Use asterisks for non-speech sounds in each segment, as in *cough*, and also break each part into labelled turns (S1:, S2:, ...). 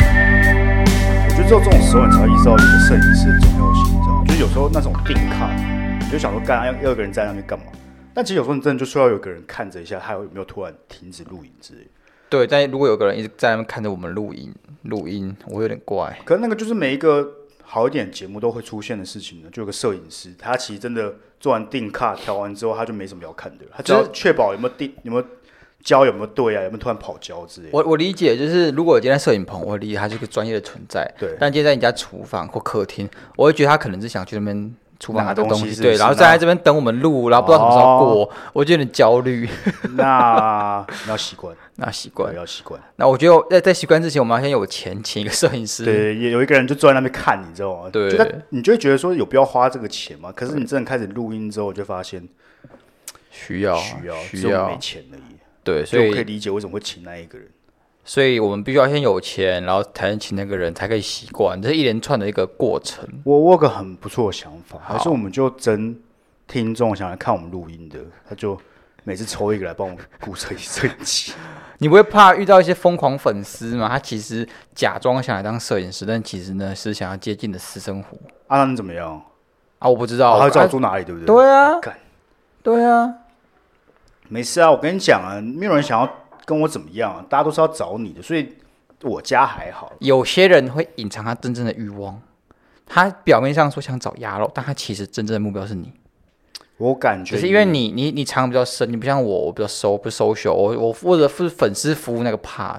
S1: 我觉得只有这种时候，你才会意识到一个摄影师的重要性，你知道吗？就是有时候那种定卡，你就想说干要要一个人站在那边干嘛？但其实有时候你真的就需要有个人看着一下，他有没有突然停止录影之类的。
S2: 对，但如果有个人一直在那边看着我们录音，录音我会有点怪。
S1: 可能那个就是每一个好一点的节目都会出现的事情呢，就有个摄影师，他其实真的做完定卡调完之后，他就没什么要看的了，他只要确保有没有定有没有焦有没有对啊，有没有突然跑焦之类的。
S2: 我我理解，就是如果我今天在摄影棚，我理解它是一个专业的存在。
S1: 对
S2: 但今天在你家厨房或客厅，我会觉得他可能是想去那边厨房
S1: 拿
S2: 拿个
S1: 东
S2: 东
S1: 西是
S2: 西，
S1: 不
S2: 对，
S1: 是
S2: 然后
S1: 拿哦
S2: 再在这边等我们录，然后不知道什么时候过，我就有点焦虑。 *laughs*
S1: 那你要习惯，
S2: 那习惯
S1: 对，，要习惯。
S2: 那我觉得在在习惯之前，我们要先有钱请一个摄影师。
S1: 对，也有一个人就坐在那边看，你知道吗？
S2: 对
S1: 就在你就会觉得说有必要花这个钱吗？可是你真的开始录音之后，我就发现
S2: 需要
S1: 需要，只
S2: 需
S1: 有没
S2: 要，
S1: 钱而已。
S2: 对，所
S1: 所以我可以
S2: 以
S1: 理解为什么会请那一个人。
S2: 所以我们必须要先有钱，然后才能请那个人，才可以习惯，这是一连串的一个过程。
S1: 我我有个很不错的想法，
S2: 好
S1: 还是我们就征听众想来看我们录音的，他就每次抽一个来帮我们顾摄影摄影 *laughs* 机。
S2: 你不会怕遇到一些疯狂粉丝吗？他其实假装想来当摄影师，但其实呢是想要接近你的私生活
S1: 阿南、那你怎么样？
S2: 啊！我不知道，
S1: 哦他知道
S2: 啊
S1: 我住哪里，对不对？，
S2: 对啊
S1: 干，
S2: 对啊，
S1: 没事啊，我跟你讲啊，没有人想要跟我怎么样、啊，大家都是要找你的，所以我家还好。
S2: 有些人会隐藏他真正的欲望，他表面上说想找鸭肉，但他其实真正的目标是你，
S1: 我感觉
S2: 只是因为你你你藏得比较深，你不像我，我比较收不 social，我我负责是粉丝服务那个 part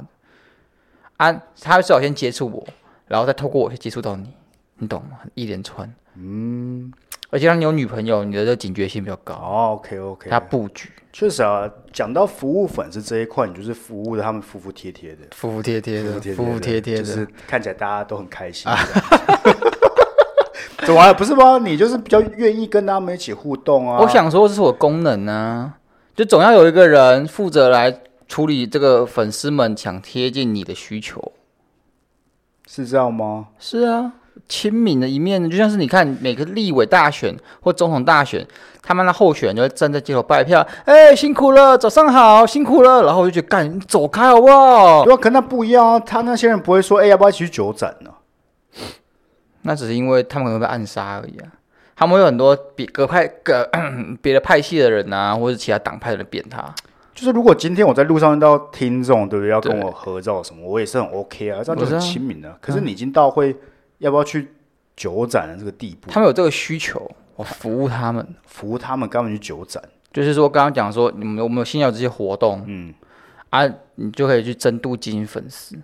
S2: 啊，他会最好先接触我，然后再透过我去接触到你，你懂吗？一连串，嗯，而且让你有女朋友，你的这个警觉性比较高。
S1: 哦，OK OK，
S2: 他布局
S1: 确实啊，讲到服务粉丝这一块，你就是服务的他们服服帖帖的，
S2: 服服帖帖的，服
S1: 服
S2: 服帖
S1: 就
S2: 帖的，啊
S1: 是看起来大家都很开心。怎 *laughs* 么了？不是吗？你就是比较愿意跟他们一起互动啊。
S2: 我想说这是我的功能啊，就总要有一个人负责来处理这个粉丝们想贴近你的需求。
S1: 是这样吗？
S2: 是啊，亲民的一面呢，就像是你看每个立委大选或总统大选，他们的候选人就会站在街头拜票，哎、辛苦了，早上好，辛苦了，然后我就觉得干，你走开好不好？
S1: 对啊，跟他不一样啊。他那些人不会说，哎、要不要一起去酒展呢、
S2: 那只是因为他们可能被暗杀而已啊。他们有很多别各派各 *coughs* 别的派系的人啊，或者其他党派的人扁他。
S1: 就是如果今天我在路上遇到听众，对不对？要跟
S2: 对
S1: 我合照什么，我也是很 OK 啊，这样就
S2: 我知
S1: 很
S2: 道嗯
S1: 亲民啊。可是你已经到会要不要去酒展的这个地步，
S2: 他们有这个需求，我服务他们。
S1: 服务他们干嘛去酒展？
S2: 就是说，刚刚讲说，你们我们有现在有这些活动，嗯，啊，你就可以去深度经营粉丝。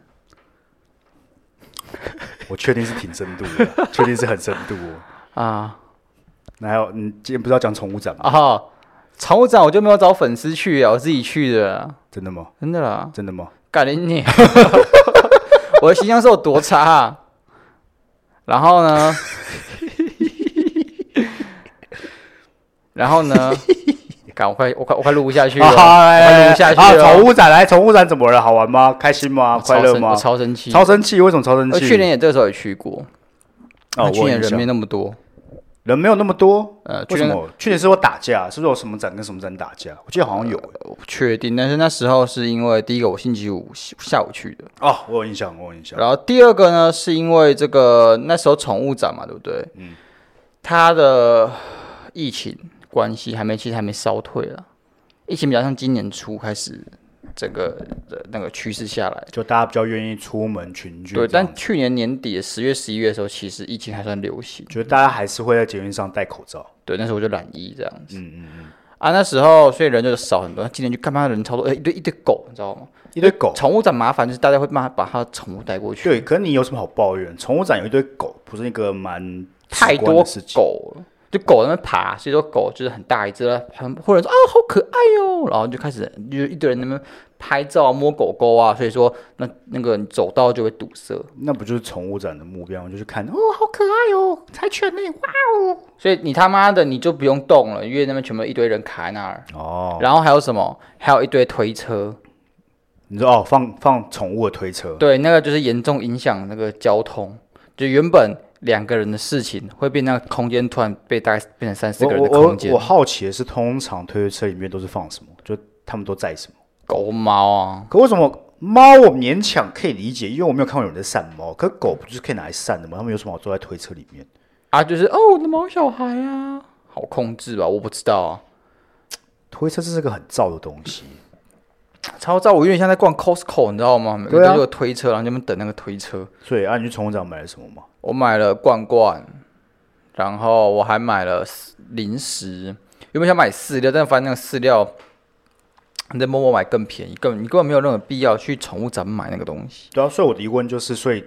S1: 我确定是挺深度的
S2: *laughs*
S1: 啊，确定是很深度哦。
S2: 啊
S1: 那还有，你今天不是要讲宠物展吗？
S2: 啊哈！宠物展我就没有找粉丝去啊，我自己去的啊，
S1: 真的吗？
S2: 真的啦，
S1: 真的吗？
S2: 干你！ *laughs* 我的形象是有多差、啊？然后呢？然后呢？赶快，我快，我快录不下去了，我快录不下去
S1: 啊好，哎
S2: 了。
S1: 啊宠物展来，宠物展怎么了？好玩吗？开心吗？
S2: 我超
S1: 快乐
S2: 生我
S1: 吗？
S2: 超生气！
S1: 超生气，为什么超生
S2: 我
S1: 气？
S2: 去年也这个时候也去过，
S1: 哦，
S2: 去
S1: 我有
S2: 年
S1: 印
S2: 人
S1: 象
S2: 没那么多，
S1: 人没有那么多，
S2: 呃，去
S1: 为什
S2: 年
S1: 么？去年是我打架，是不是有什么展跟什么展打架？我记得好像有欸
S2: 我不确定，但是那时候是因为第一个我星期五下下午去的，
S1: 哦，我有印象，我有印象。
S2: 然后第二个呢是因为这个那时候宠物展嘛，对不对？嗯，它的疫情关系还没其实还没烧退了，疫情比较像今年初开始整个的那个趋势下来，
S1: 就大家比较愿意出门群聚这
S2: 对。
S1: 样，
S2: 但去年年底十月十一月的时候，其实疫情还算流行，
S1: 觉得大家还是会在捷运上戴口罩。
S2: 对，那时候我就染疫这样子。嗯嗯嗯。啊，那时候所以人就少很多，今年就干嘛人超多，呃，一堆一堆狗，你知道吗？
S1: 一堆狗，
S2: 宠物展麻烦就是大家会把把它宠物带过去，
S1: 对，可是你有什么好抱怨？宠物展有一堆狗，不是一个蛮
S2: 太
S1: 直观的
S2: 多
S1: 事情。
S2: 狗了，就狗在那边爬，所以说狗就是很大一只，很或者说啊好可爱哦，然后就开始就一堆人在那边拍照啊、摸狗狗啊，所以说那那个走道就会堵塞，
S1: 那不就是宠物展的目标吗？就是看哦，好可爱哦，柴犬呢，哇
S2: 所以你他妈的你就不用动了，因为那边全部一堆人卡在那儿，
S1: 哦，
S2: 然后还有什么，还有一堆推车，
S1: 你说哦，放放宠物的推车，
S2: 对，那个就是严重影响那个交通，就原本。两个人的事情会变，那个空间突然被大概变成三四
S1: 我
S2: 个人的
S1: 我
S2: 空
S1: 我
S2: 间。
S1: 我好奇的是，通常推车里面都是放什么？就他们都在什么。
S2: 狗猫啊，
S1: 可为什么猫我勉强可以理解，因为我没有看过有人在散猫。可狗不就是可以拿来散的吗？他们有什么好坐在推车里面？
S2: 啊就是哦我的毛小孩啊，好控制吧？我不知道啊，
S1: 推车是个很燥的东西，
S2: 超照我有点像在逛 Costco，你知道吗？每个
S1: 对啊
S2: 都有推车，然后你们等那个推车。
S1: 所以啊，你去宠物展买了什么吗？
S2: 我买了罐罐，然后我还买了饲零食，原本想买饲料，但发现那个饲料你在某某买更便宜，根本你根本没有任何必要去宠物展买那个东西。
S1: 对啊，所以我的疑问就是，所以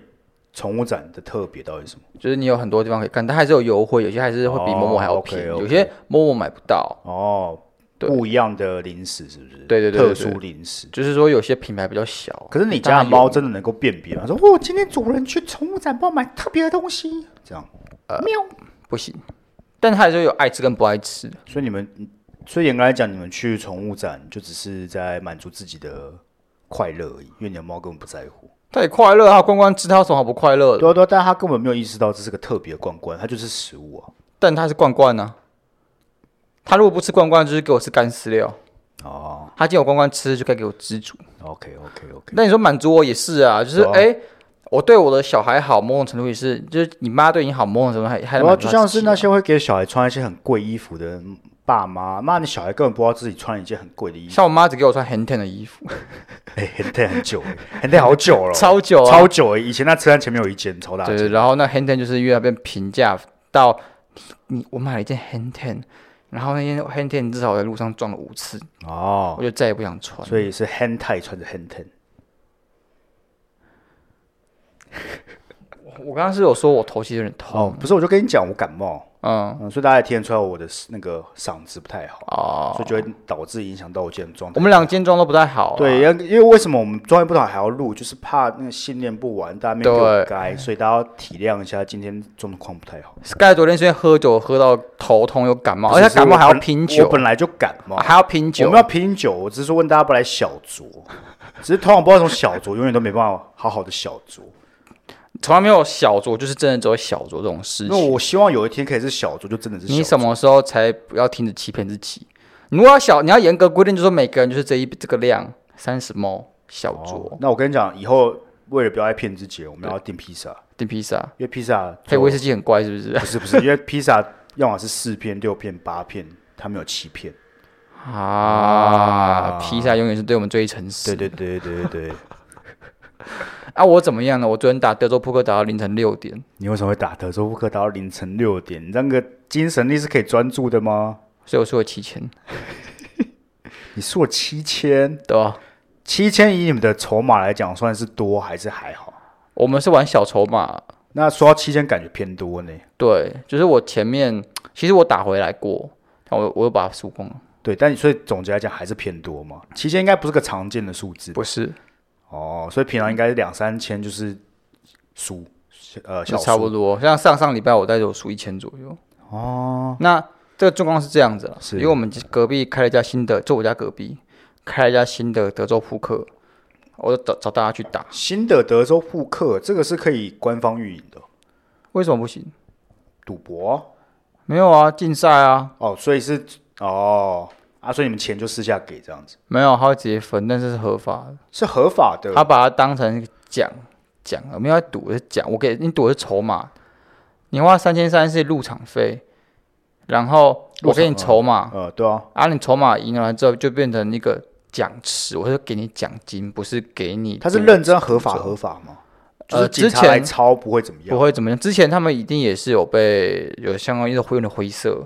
S1: 宠物展的特别到底是什么？
S2: 就是你有很多地方可以看，它还是有优惠，有些还是会比
S1: 哦
S2: 某某还要
S1: OK，
S2: 便宜，
S1: OK
S2: 有些某某买不到。
S1: 哦，
S2: 对
S1: 不一样的零食是不是？
S2: 对对对对
S1: 特
S2: 对
S1: 殊零食。
S2: 就是说有些品牌比较小，
S1: 可是你
S2: 当
S1: 家
S2: 然
S1: 的猫
S2: 有
S1: 真的能够辨别吗？说我今天主人去宠物展帮我买特别的东西，这样。
S2: 不行，但它还是有爱吃跟不爱吃的。
S1: 所以你们，所以严格来讲，你们去宠物展就只是在满足自己的快乐而已，因为你的猫根本不在乎。
S2: 它也快乐啊，关关吃它有什么好不快乐的？
S1: 对啊对啊，但它根本没有意识到这是个特别的罐罐，它就是食物啊。
S2: 但它是罐罐啊，它如果不吃罐罐，就是给我吃干饲料。
S1: 哦
S2: 它今天有罐罐吃，就该给我知足。
S1: ，OK OK OK，
S2: 那你说满足我也是啊，就是
S1: 对啊
S2: 哎、诶我对我的小孩好，某种程度也是，就是你妈对你好，某种程度还还
S1: 然
S2: 能
S1: 后
S2: 满足
S1: 就
S2: 她
S1: 像
S2: 自己
S1: 是
S2: 啊
S1: 那些会给小孩穿一些很贵衣服的爸妈，妈，你小孩根本不知道自己穿了一件很贵的衣服，
S2: 像我妈只给我穿 Hanten 的衣服，
S1: 哎、很戴很久、欸，很戴好久了哦，
S2: 超久啊，
S1: 超久、欸，以前那车站前面有一间超大
S2: 对，
S1: 间，
S2: 然后那 Hanten 就是因为它变平价到你我买了一件 Hanten，然后那件 Hanten 至少我在路上撞了五次，
S1: 哦
S2: 我，就再也不想穿。
S1: 所以是 hand 太穿着 hand ten，
S2: 我我刚刚是有说我头其实有点痛，
S1: 哦，不是，我就跟你讲，我感冒，
S2: 嗯
S1: 嗯，所以大家也听得出来我的那个嗓子不太好，
S2: 哦，
S1: 所以就会导致影响到我今天的状态
S2: 我。们两个今天妆都不太好啊，
S1: 对，因为因为为什么我们状态不好还要录，就是怕那个训练不完，大家没有给我
S2: 对
S1: 该，所以大家要体谅一下，今天状况不太好。
S2: ，Sky 昨天是因为喝酒喝到头痛又感冒，
S1: 不是
S2: 而且他感冒还哦要
S1: 是我本
S2: 拼酒
S1: 我，本来就感冒，
S2: 还要拼
S1: 我
S2: 酒啊
S1: 们，要拼酒，我只是问大家不来小酌， *laughs* 只是通常不知道从小酌，永远都没办法好好的小酌。
S2: 从来没有小酌，就是真的只有小酌这种事
S1: 那
S2: 情。
S1: 我希望有一天可以是小酌，就真的是
S2: 你
S1: 小
S2: 什
S1: 酌。
S2: 么时候才不要停止欺骗自己？你如果要小，你要严格规定，就说每个人就是这一这个量三十毛小酌
S1: 哦，那我跟你讲，以后为了不要再骗自己，我们要订披萨，
S2: 订披萨，
S1: 因为披萨
S2: 配威士忌很乖是不是？
S1: 不是不是，因为披萨要么是四片、六片、八片，它没有七
S2: *laughs*
S1: 片。
S2: 啊，披萨永远是对我们最诚
S1: 对
S2: 实。
S1: 对对对对对，
S2: 啊，我怎么样呢？我昨天打德州扑克打到凌晨六点，
S1: 你为什么会打德州扑克打到凌晨六点？你那个精神力是可以专注的吗？
S2: 所以我输了七千，
S1: 你输了七千，
S2: 对吧？
S1: 七千以你们的筹码来讲，算是多还是还好？
S2: 我们是玩小筹码，
S1: 那说到七千，感觉偏多呢。
S2: 对，就是我前面其实我打回来过，但我我又把它输光了，
S1: 对，但所以总结来讲还是偏多嘛。七千应该不是个常见的数字
S2: 不是，
S1: 哦，所以平常应该是两三千就是输，呃，小
S2: 就差不
S1: 输。
S2: 多。像上上礼拜我大概有输一千左右。
S1: 哦，
S2: 那这个状况是这样子了，
S1: 是
S2: 因为我们隔壁开了一家新的，就我家隔壁开了一家新的德州扑克，我就找找大家去打，
S1: 新的德州扑克这个是可以官方运营的
S2: 为什么不行？
S1: 赌博哦
S2: 没有啊，竞赛啊，
S1: 哦，所以是哦啊，所以你们钱就私下给这样子，
S2: 没有，他会直接分，但是是合法的，
S1: 是合法的。
S2: 他把它当成奖奖，我们要赌的是奖，我给你赌的是筹码，你花三千三是入场费，然后
S1: 入
S2: 我给
S1: 场
S2: 你筹码，
S1: 呃，对啊，
S2: 啊，你筹码赢了之后就变成一个奖池，我是给你奖金，不是给你
S1: 他是
S2: 这个
S1: 认真合法合法吗？就是
S2: 呃
S1: 警察
S2: 之前
S1: 来抄不会怎么样
S2: 不。会怎么样。之前他们一定也是有被有相关因为会有点灰色，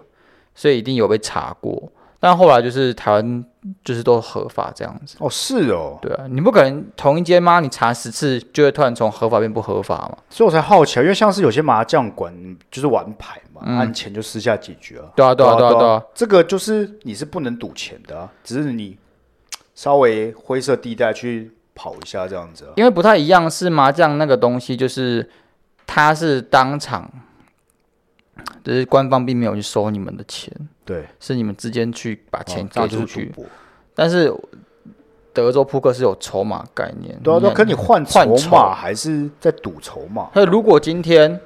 S2: 所以一定有被查过。但后来就是台湾就是都合法这样子，
S1: 哦，是哦，
S2: 对啊，你不可能同一间吗？你查十次就会突然从合法变不合法嘛？
S1: 所以我才好奇啊，因为像是有些麻将馆嗯就是玩牌嘛，按、钱就私下解决啊。
S2: 对嗯啊，对啊，对啊，对啊，
S1: 这个就是你是不能赌钱的、啊，只是你稍微灰色地带去跑一下这样子、啊。
S2: 因为不太一样，是麻将那个东西，就是它是当场，就是官方并没有去收你们的钱，
S1: 对，
S2: 是你们之间去把钱
S1: 哦这
S2: 给
S1: 样就
S2: 出
S1: 是
S2: 去
S1: 赌。博。
S2: 但是德州扑克是有筹码概念，
S1: 对啊，对啊，
S2: 你
S1: 可你换
S2: 换
S1: 筹
S2: 筹
S1: 码还是在赌筹码？
S2: 那如果今天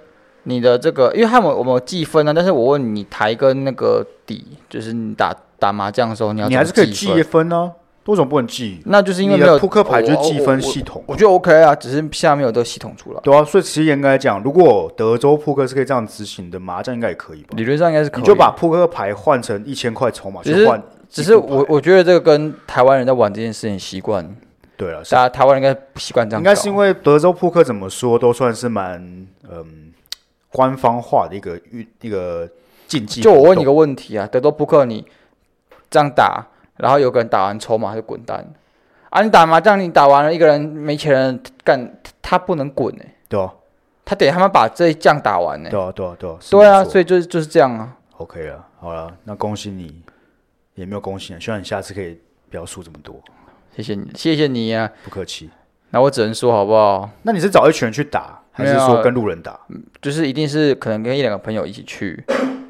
S2: 你的这个，因为他们我们有计分啊呢，但是我问你台跟那个底，就是你打打麻将的时候，你要
S1: 你
S2: 怎
S1: 还
S2: 么
S1: 是可以记
S2: 计分
S1: 一分呢、啊为什么不能记？
S2: 那就是因为
S1: 你
S2: 没
S1: 的
S2: 有哦
S1: 扑克牌就是计分
S2: 我
S1: 系统
S2: 我，我我觉得 OK 啊，只是下面有这个系统出来，
S1: 对啊，所以其实严格来讲，如果德州扑克是可以这样执行的，麻将应该也可以吧？
S2: 理论上应该是可以
S1: 你就把扑克牌换成一千块筹码
S2: 只
S1: 去
S2: 是
S1: 换一副牌，
S2: 只是我我觉得这个跟台湾人在玩这件事情习惯，
S1: 对啊呃了，是
S2: 大家台湾人应该不习惯这样
S1: 应
S2: 搞，啊
S1: 该是因为德州扑克怎么说都算是蛮嗯官方化的一个运一个竞技活
S2: 就
S1: 动。
S2: 我问你个问题啊，德州扑克你这样打，然后有个人打完筹码他就滚蛋啊，你打麻将你打完了，一个人没钱人干他不能滚哎、
S1: 对啊，
S2: 他得他妈把这一将打完呢、
S1: 对啊，对啊，对啊，是
S2: 哎对啊，
S1: 没错
S2: 所以就是就是这样啊。
S1: OK 了，好了，那恭喜你，也没有恭喜你，啊希望你下次可以不要输这么多，
S2: 谢谢你，谢谢你啊。
S1: 不客气。
S2: 那我只能说好不好？
S1: 那你是找一群人去打，还是
S2: 没有啊
S1: 说跟路人打？
S2: 就是一定是可能跟一两个朋友一起去，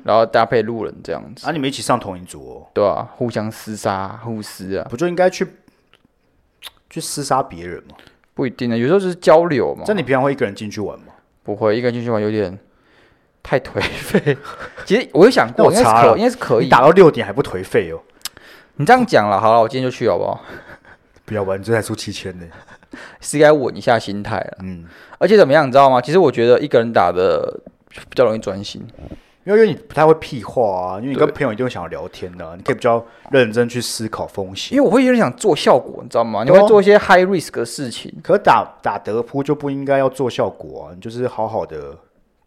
S2: 然后搭配路人这样子，
S1: 啊，你们一起上同一组哦，
S2: 对啊，互相厮杀、互撕啊，
S1: 不就应该去去厮杀别人吗？
S2: 不一定的，有时候就是交流嘛
S1: 这。你平常会一个人进去玩吗？
S2: 不会，一个人进去玩有点太颓废。
S1: *laughs*
S2: 其实我有想
S1: 那我
S2: 过，应该是
S1: 查了
S2: 可，应该是可
S1: 你
S2: 以。
S1: 打到六点还不颓废哦？
S2: 你这样讲了，好了，我今天就去好不好？
S1: 不要玩，你这才输七千呢。
S2: 是该稳一下心态了。
S1: 嗯，
S2: 而且怎么样，你知道吗？其实我觉得一个人打的比较容易专心。
S1: 因为因为你不太会屁话啊，因为你跟朋友一定会想要聊天的啊、你可以比较认真去思考风
S2: 因
S1: 险。
S2: 为我会有点想做效果，你知道吗？你
S1: 对啊
S2: 会做一些 high risk 的事情。
S1: 可打打德扑就不应该要做效果啊，你就是好好的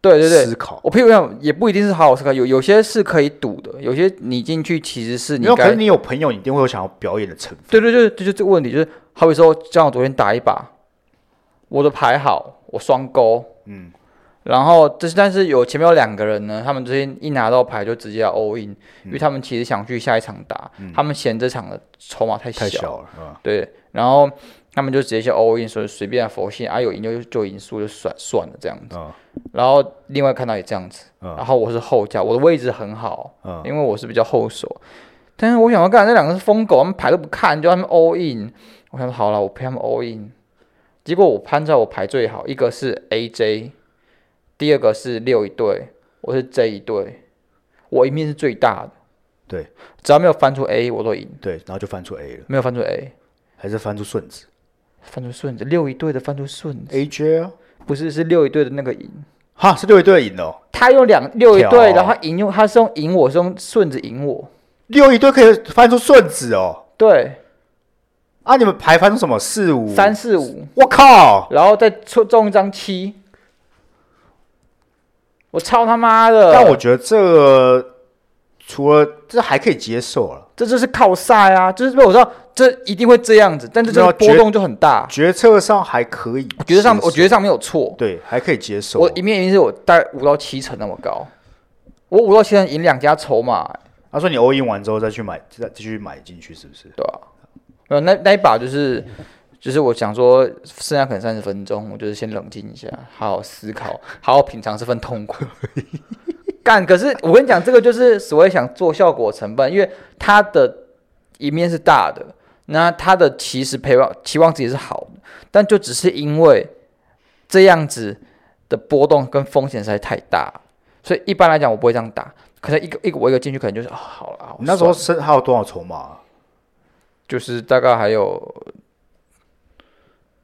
S2: 对对对，
S1: 思考。
S2: 我譬如讲，也不一定是好好思考，有有些是可以赌的，有些你进去其实是你
S1: 没有，可
S2: 该
S1: 是。你有朋友，你一定会有想要表演的成分。
S2: 对对对，这就这个问题，就是好比说，像我昨天打一把，我的牌好，我双勾，
S1: 嗯，
S2: 然后这是但是有前面有两个人呢，他们之前一拿到牌就直接要 all in，、因
S1: 嗯
S2: 为他们其实想去下一场打，他们嫌这场的筹码太小，
S1: 太小了啊、
S2: 对，然后他们就直接去 all in，所以随便佛系，啊有赢就就赢，输就算算了这样子。
S1: 啊
S2: 然后另外看到也这样子，
S1: 嗯
S2: 然后我是后架，我的位置很好，
S1: 嗯
S2: 因为我是比较后手。但是我想要干，那两个是疯狗，他们牌都不看，就他们 all in。我想说好了，我陪他们 all in。结果我攀在我牌最好，一个是 AJ，第二个是六一队，我是 J 一队，我赢面是最大的。
S1: 对，
S2: 只要没有翻出 A，我都赢。
S1: 对，然后就翻出 A 了，
S2: 没有翻出 A，
S1: 还是翻出顺子
S2: 翻出顺子，六一队的翻出顺子，
S1: AJ 啊，
S2: 不是是六一队的那个赢。
S1: 哈，是六一队赢了哦，
S2: 他用两六一
S1: 屌
S2: 对，然后他赢用他是用赢我，是用顺子赢我。
S1: 六一队可以翻出顺子哦。
S2: 对，
S1: 啊，你们牌翻出什么四五
S2: 三？四五，
S1: 我靠！
S2: 然后再抽中一张七，我操他妈的！
S1: 但我觉得这个除了这还可以接受了。
S2: 这就是靠赛啊，就是我知道这一定会这样子，但这就
S1: 没
S2: 是
S1: 有
S2: 波
S1: 绝
S2: 动就很大。
S1: 决策上还可以接受，
S2: 我觉啊得上我觉得上面有错，
S1: 对还可以接受。
S2: 我赢面一定是我大概五到七成那么高，我五到七成赢两家筹码、
S1: 他说你 all in 完之后再去买，再继续买进去，是不是？
S2: 对吧、没有那那一把就是就是我想说，剩下可能三十分钟，我就是先冷静一下，好好思考，好好品尝这份痛苦。 *laughs* 干，可是我跟你讲，这个就是所谓想做效果成分，因为它的一面是大的，那它的其实陪望期望值也是好的，但就只是因为这样子的波动跟风险实在太大，所以一般来讲我不会这样打。可能一个一个我一个进去，可能就是啊、好了，好
S1: 你哦那时
S2: 算
S1: 候
S2: 了
S1: 身还有多少筹码啊？
S2: 就是大概还有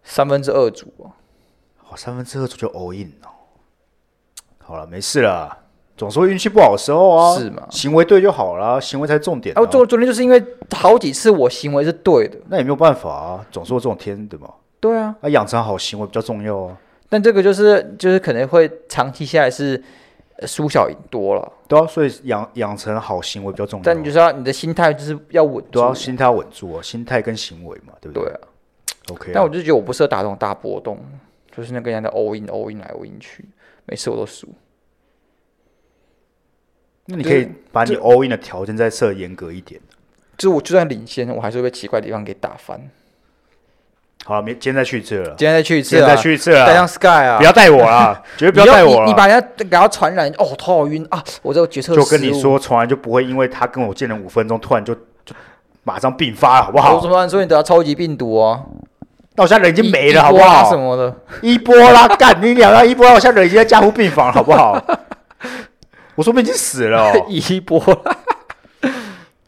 S2: 三分之二组哦。
S1: 哦，三分之二就 all in 哦。好了，没事了，总是会运气不好的时候啊。
S2: 是吗
S1: 行为对就好了，行为才是重点、
S2: 哎、
S1: 啊。
S2: 我昨昨天就是因为好几次我行为是对的，
S1: 那也没有办法啊，总是有这种天的嘛。
S2: 对啊，
S1: 啊，养成好行为比较重要啊。
S2: 但这个就是就是可能会长期下来是呃输小赢多了，
S1: 对啊，所以养养成好行为比较重要。啊
S2: 但你就是要你的心态就是要稳住
S1: 对，啊，心态要稳住啊，心态跟行为嘛，对不
S2: 对
S1: 对
S2: 啊。
S1: ？OK 啊。
S2: 但我就觉得我不适合打这种大波动，就是那个样的 all in all in 来 all in 去，每次我都输。
S1: 那你可以把你 all in 的条件再设严格一点。
S2: 就是我就算领先，我还是会被奇怪的地方给打翻。
S1: 好了，明今天再去一次了，
S2: 今天再去一
S1: 今
S2: 次
S1: 天
S2: 啊，
S1: 再去一次
S2: 带上
S1: 了，
S2: Sky 啊，
S1: 不要带我
S2: *laughs*
S1: 啦，绝对不要
S2: 你
S1: 带我
S2: 你你
S1: 啦。
S2: 把人家给他传染，哦，头好晕啊！我这个决策
S1: 就跟
S2: 失
S1: 你
S2: 误，
S1: 说，从来就不会因为他跟我见了五分钟，突然就就马上病发了，好不
S2: 我
S1: 好
S2: 怎？么说你得到超级病毒哦？
S1: 那我现在人已经没了，好
S2: 一
S1: 不
S2: 一波啊什
S1: 好？
S2: 么的，
S1: 一波啦， *laughs* 干你两到一波啦，我现在人已经在加护病房了，好不
S2: *laughs*
S1: 好？我说不定已经死了哦、
S2: 一波啊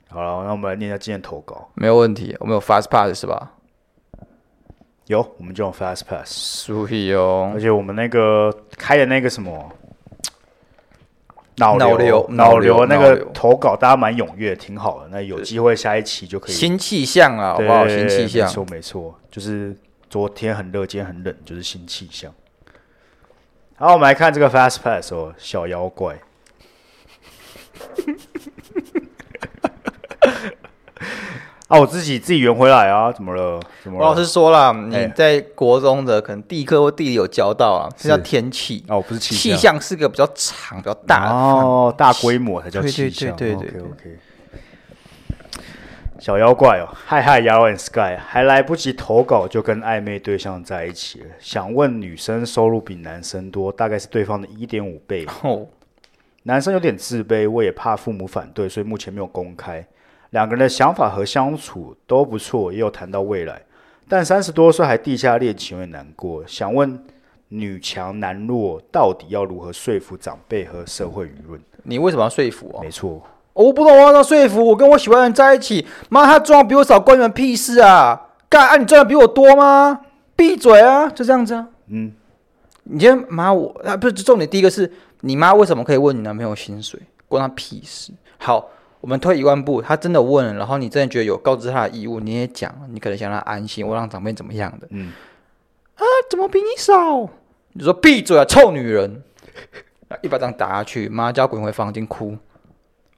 S1: 好了，那那我们来念一下今天的投稿。
S2: 没有问题。我们有 Fast Pass 是吧？
S1: 有，我们就用 Fast Pass，
S2: 所以哦，
S1: 而且我们那个开的那个什么脑
S2: 脑
S1: 流
S2: 流
S1: 脑流
S2: 脑流
S1: 那
S2: 脑
S1: 个
S2: 流
S1: 投稿，大家蛮踊跃，挺好的。那有机会下一期就可以
S2: 新气象啊，好不好？
S1: 对
S2: 新气象
S1: 没。错没错，就是昨天很热，今天很冷，就是新气象。好，我们来看这个 Fast Pass 哦，小妖
S2: *laughs*
S1: 怪。 *laughs* 啊，我自己自己圆回来啊，怎么了？怎么
S2: 我老
S1: 了？
S2: 师说了，你
S1: 哎
S2: 在国中的可能地科或地理有教到啊，这叫天气。
S1: 哦，不是气
S2: 气象是个比较长、比较大的范围。
S1: 哦，大规模才叫
S2: 对
S1: 气
S2: 对
S1: 象。
S2: 对对对
S1: OK OK。小妖怪哦，嗨嗨，Yao and Sky，还来不及投稿就跟暧昧对象在一起了。想问女生收入比男生多，大概是对方的一点五倍。
S2: 哦，
S1: 男生有点自卑，我也怕父母反对，所以目前没有公开。两个人的想法和相处都不错，也有谈到未来，但三十多岁还地下恋情有点难过。想问女强男弱到底要如何说服长辈和社会舆论？
S2: 你为什么要说服我？
S1: 没错，
S2: 哦我不懂，我要说服我跟我喜欢的人在一起，妈，他赚的比我少，关你们屁事啊！干，啊，你赚的比我多吗？闭嘴啊！就这样子啊。
S1: 嗯，
S2: 你今天妈我啊，不是重点。第一个是你妈为什么可以问你男朋友薪水，关他屁事。好，我们退一万步，他真的问了，然后你真的觉得有告知他的义务，你也讲了，你可能想让他安心，我让长辈怎么样的？
S1: 嗯，
S2: 啊，怎么比你少？你说闭嘴啊，臭女人！啊一巴掌打下去，妈叫她滚回房间哭。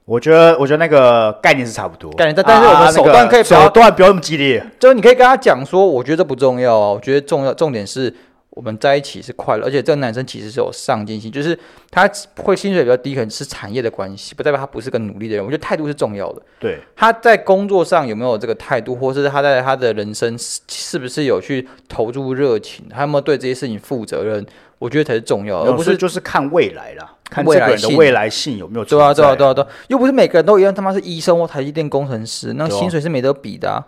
S1: 我觉得，我觉得那个概念是差不多。
S2: 概念但但是我们
S1: 啊那
S2: 手
S1: 个
S2: 段可以不要
S1: 手段不要那么激烈。
S2: 就是你可以跟他讲说，我觉得这不重要啊，我觉得重要重点是我们在一起是快乐，而且这个男生其实是有上进心，就是他会薪水比较低，可能是产业的关系，不代表他不是个努力的人。我觉得态度是重要的，
S1: 对，
S2: 他在工作上有没有这个态度，或是他在他的人生是是不是有去投入热情，他有没有对这些事情负责任，我觉得才是重要的，而
S1: 而
S2: 呃不
S1: 不
S2: 是
S1: 是就是看未来啦，看这
S2: 未
S1: 个
S2: 来
S1: 人的
S2: 性
S1: 未来性有没有
S2: 对啊，
S1: 存
S2: 对啊，
S1: 在
S2: 对啊，对啊，又不是每个人都一样，他妈是医生或台积电工程师，那个
S1: 对啊
S2: 薪水是没得比的、啊。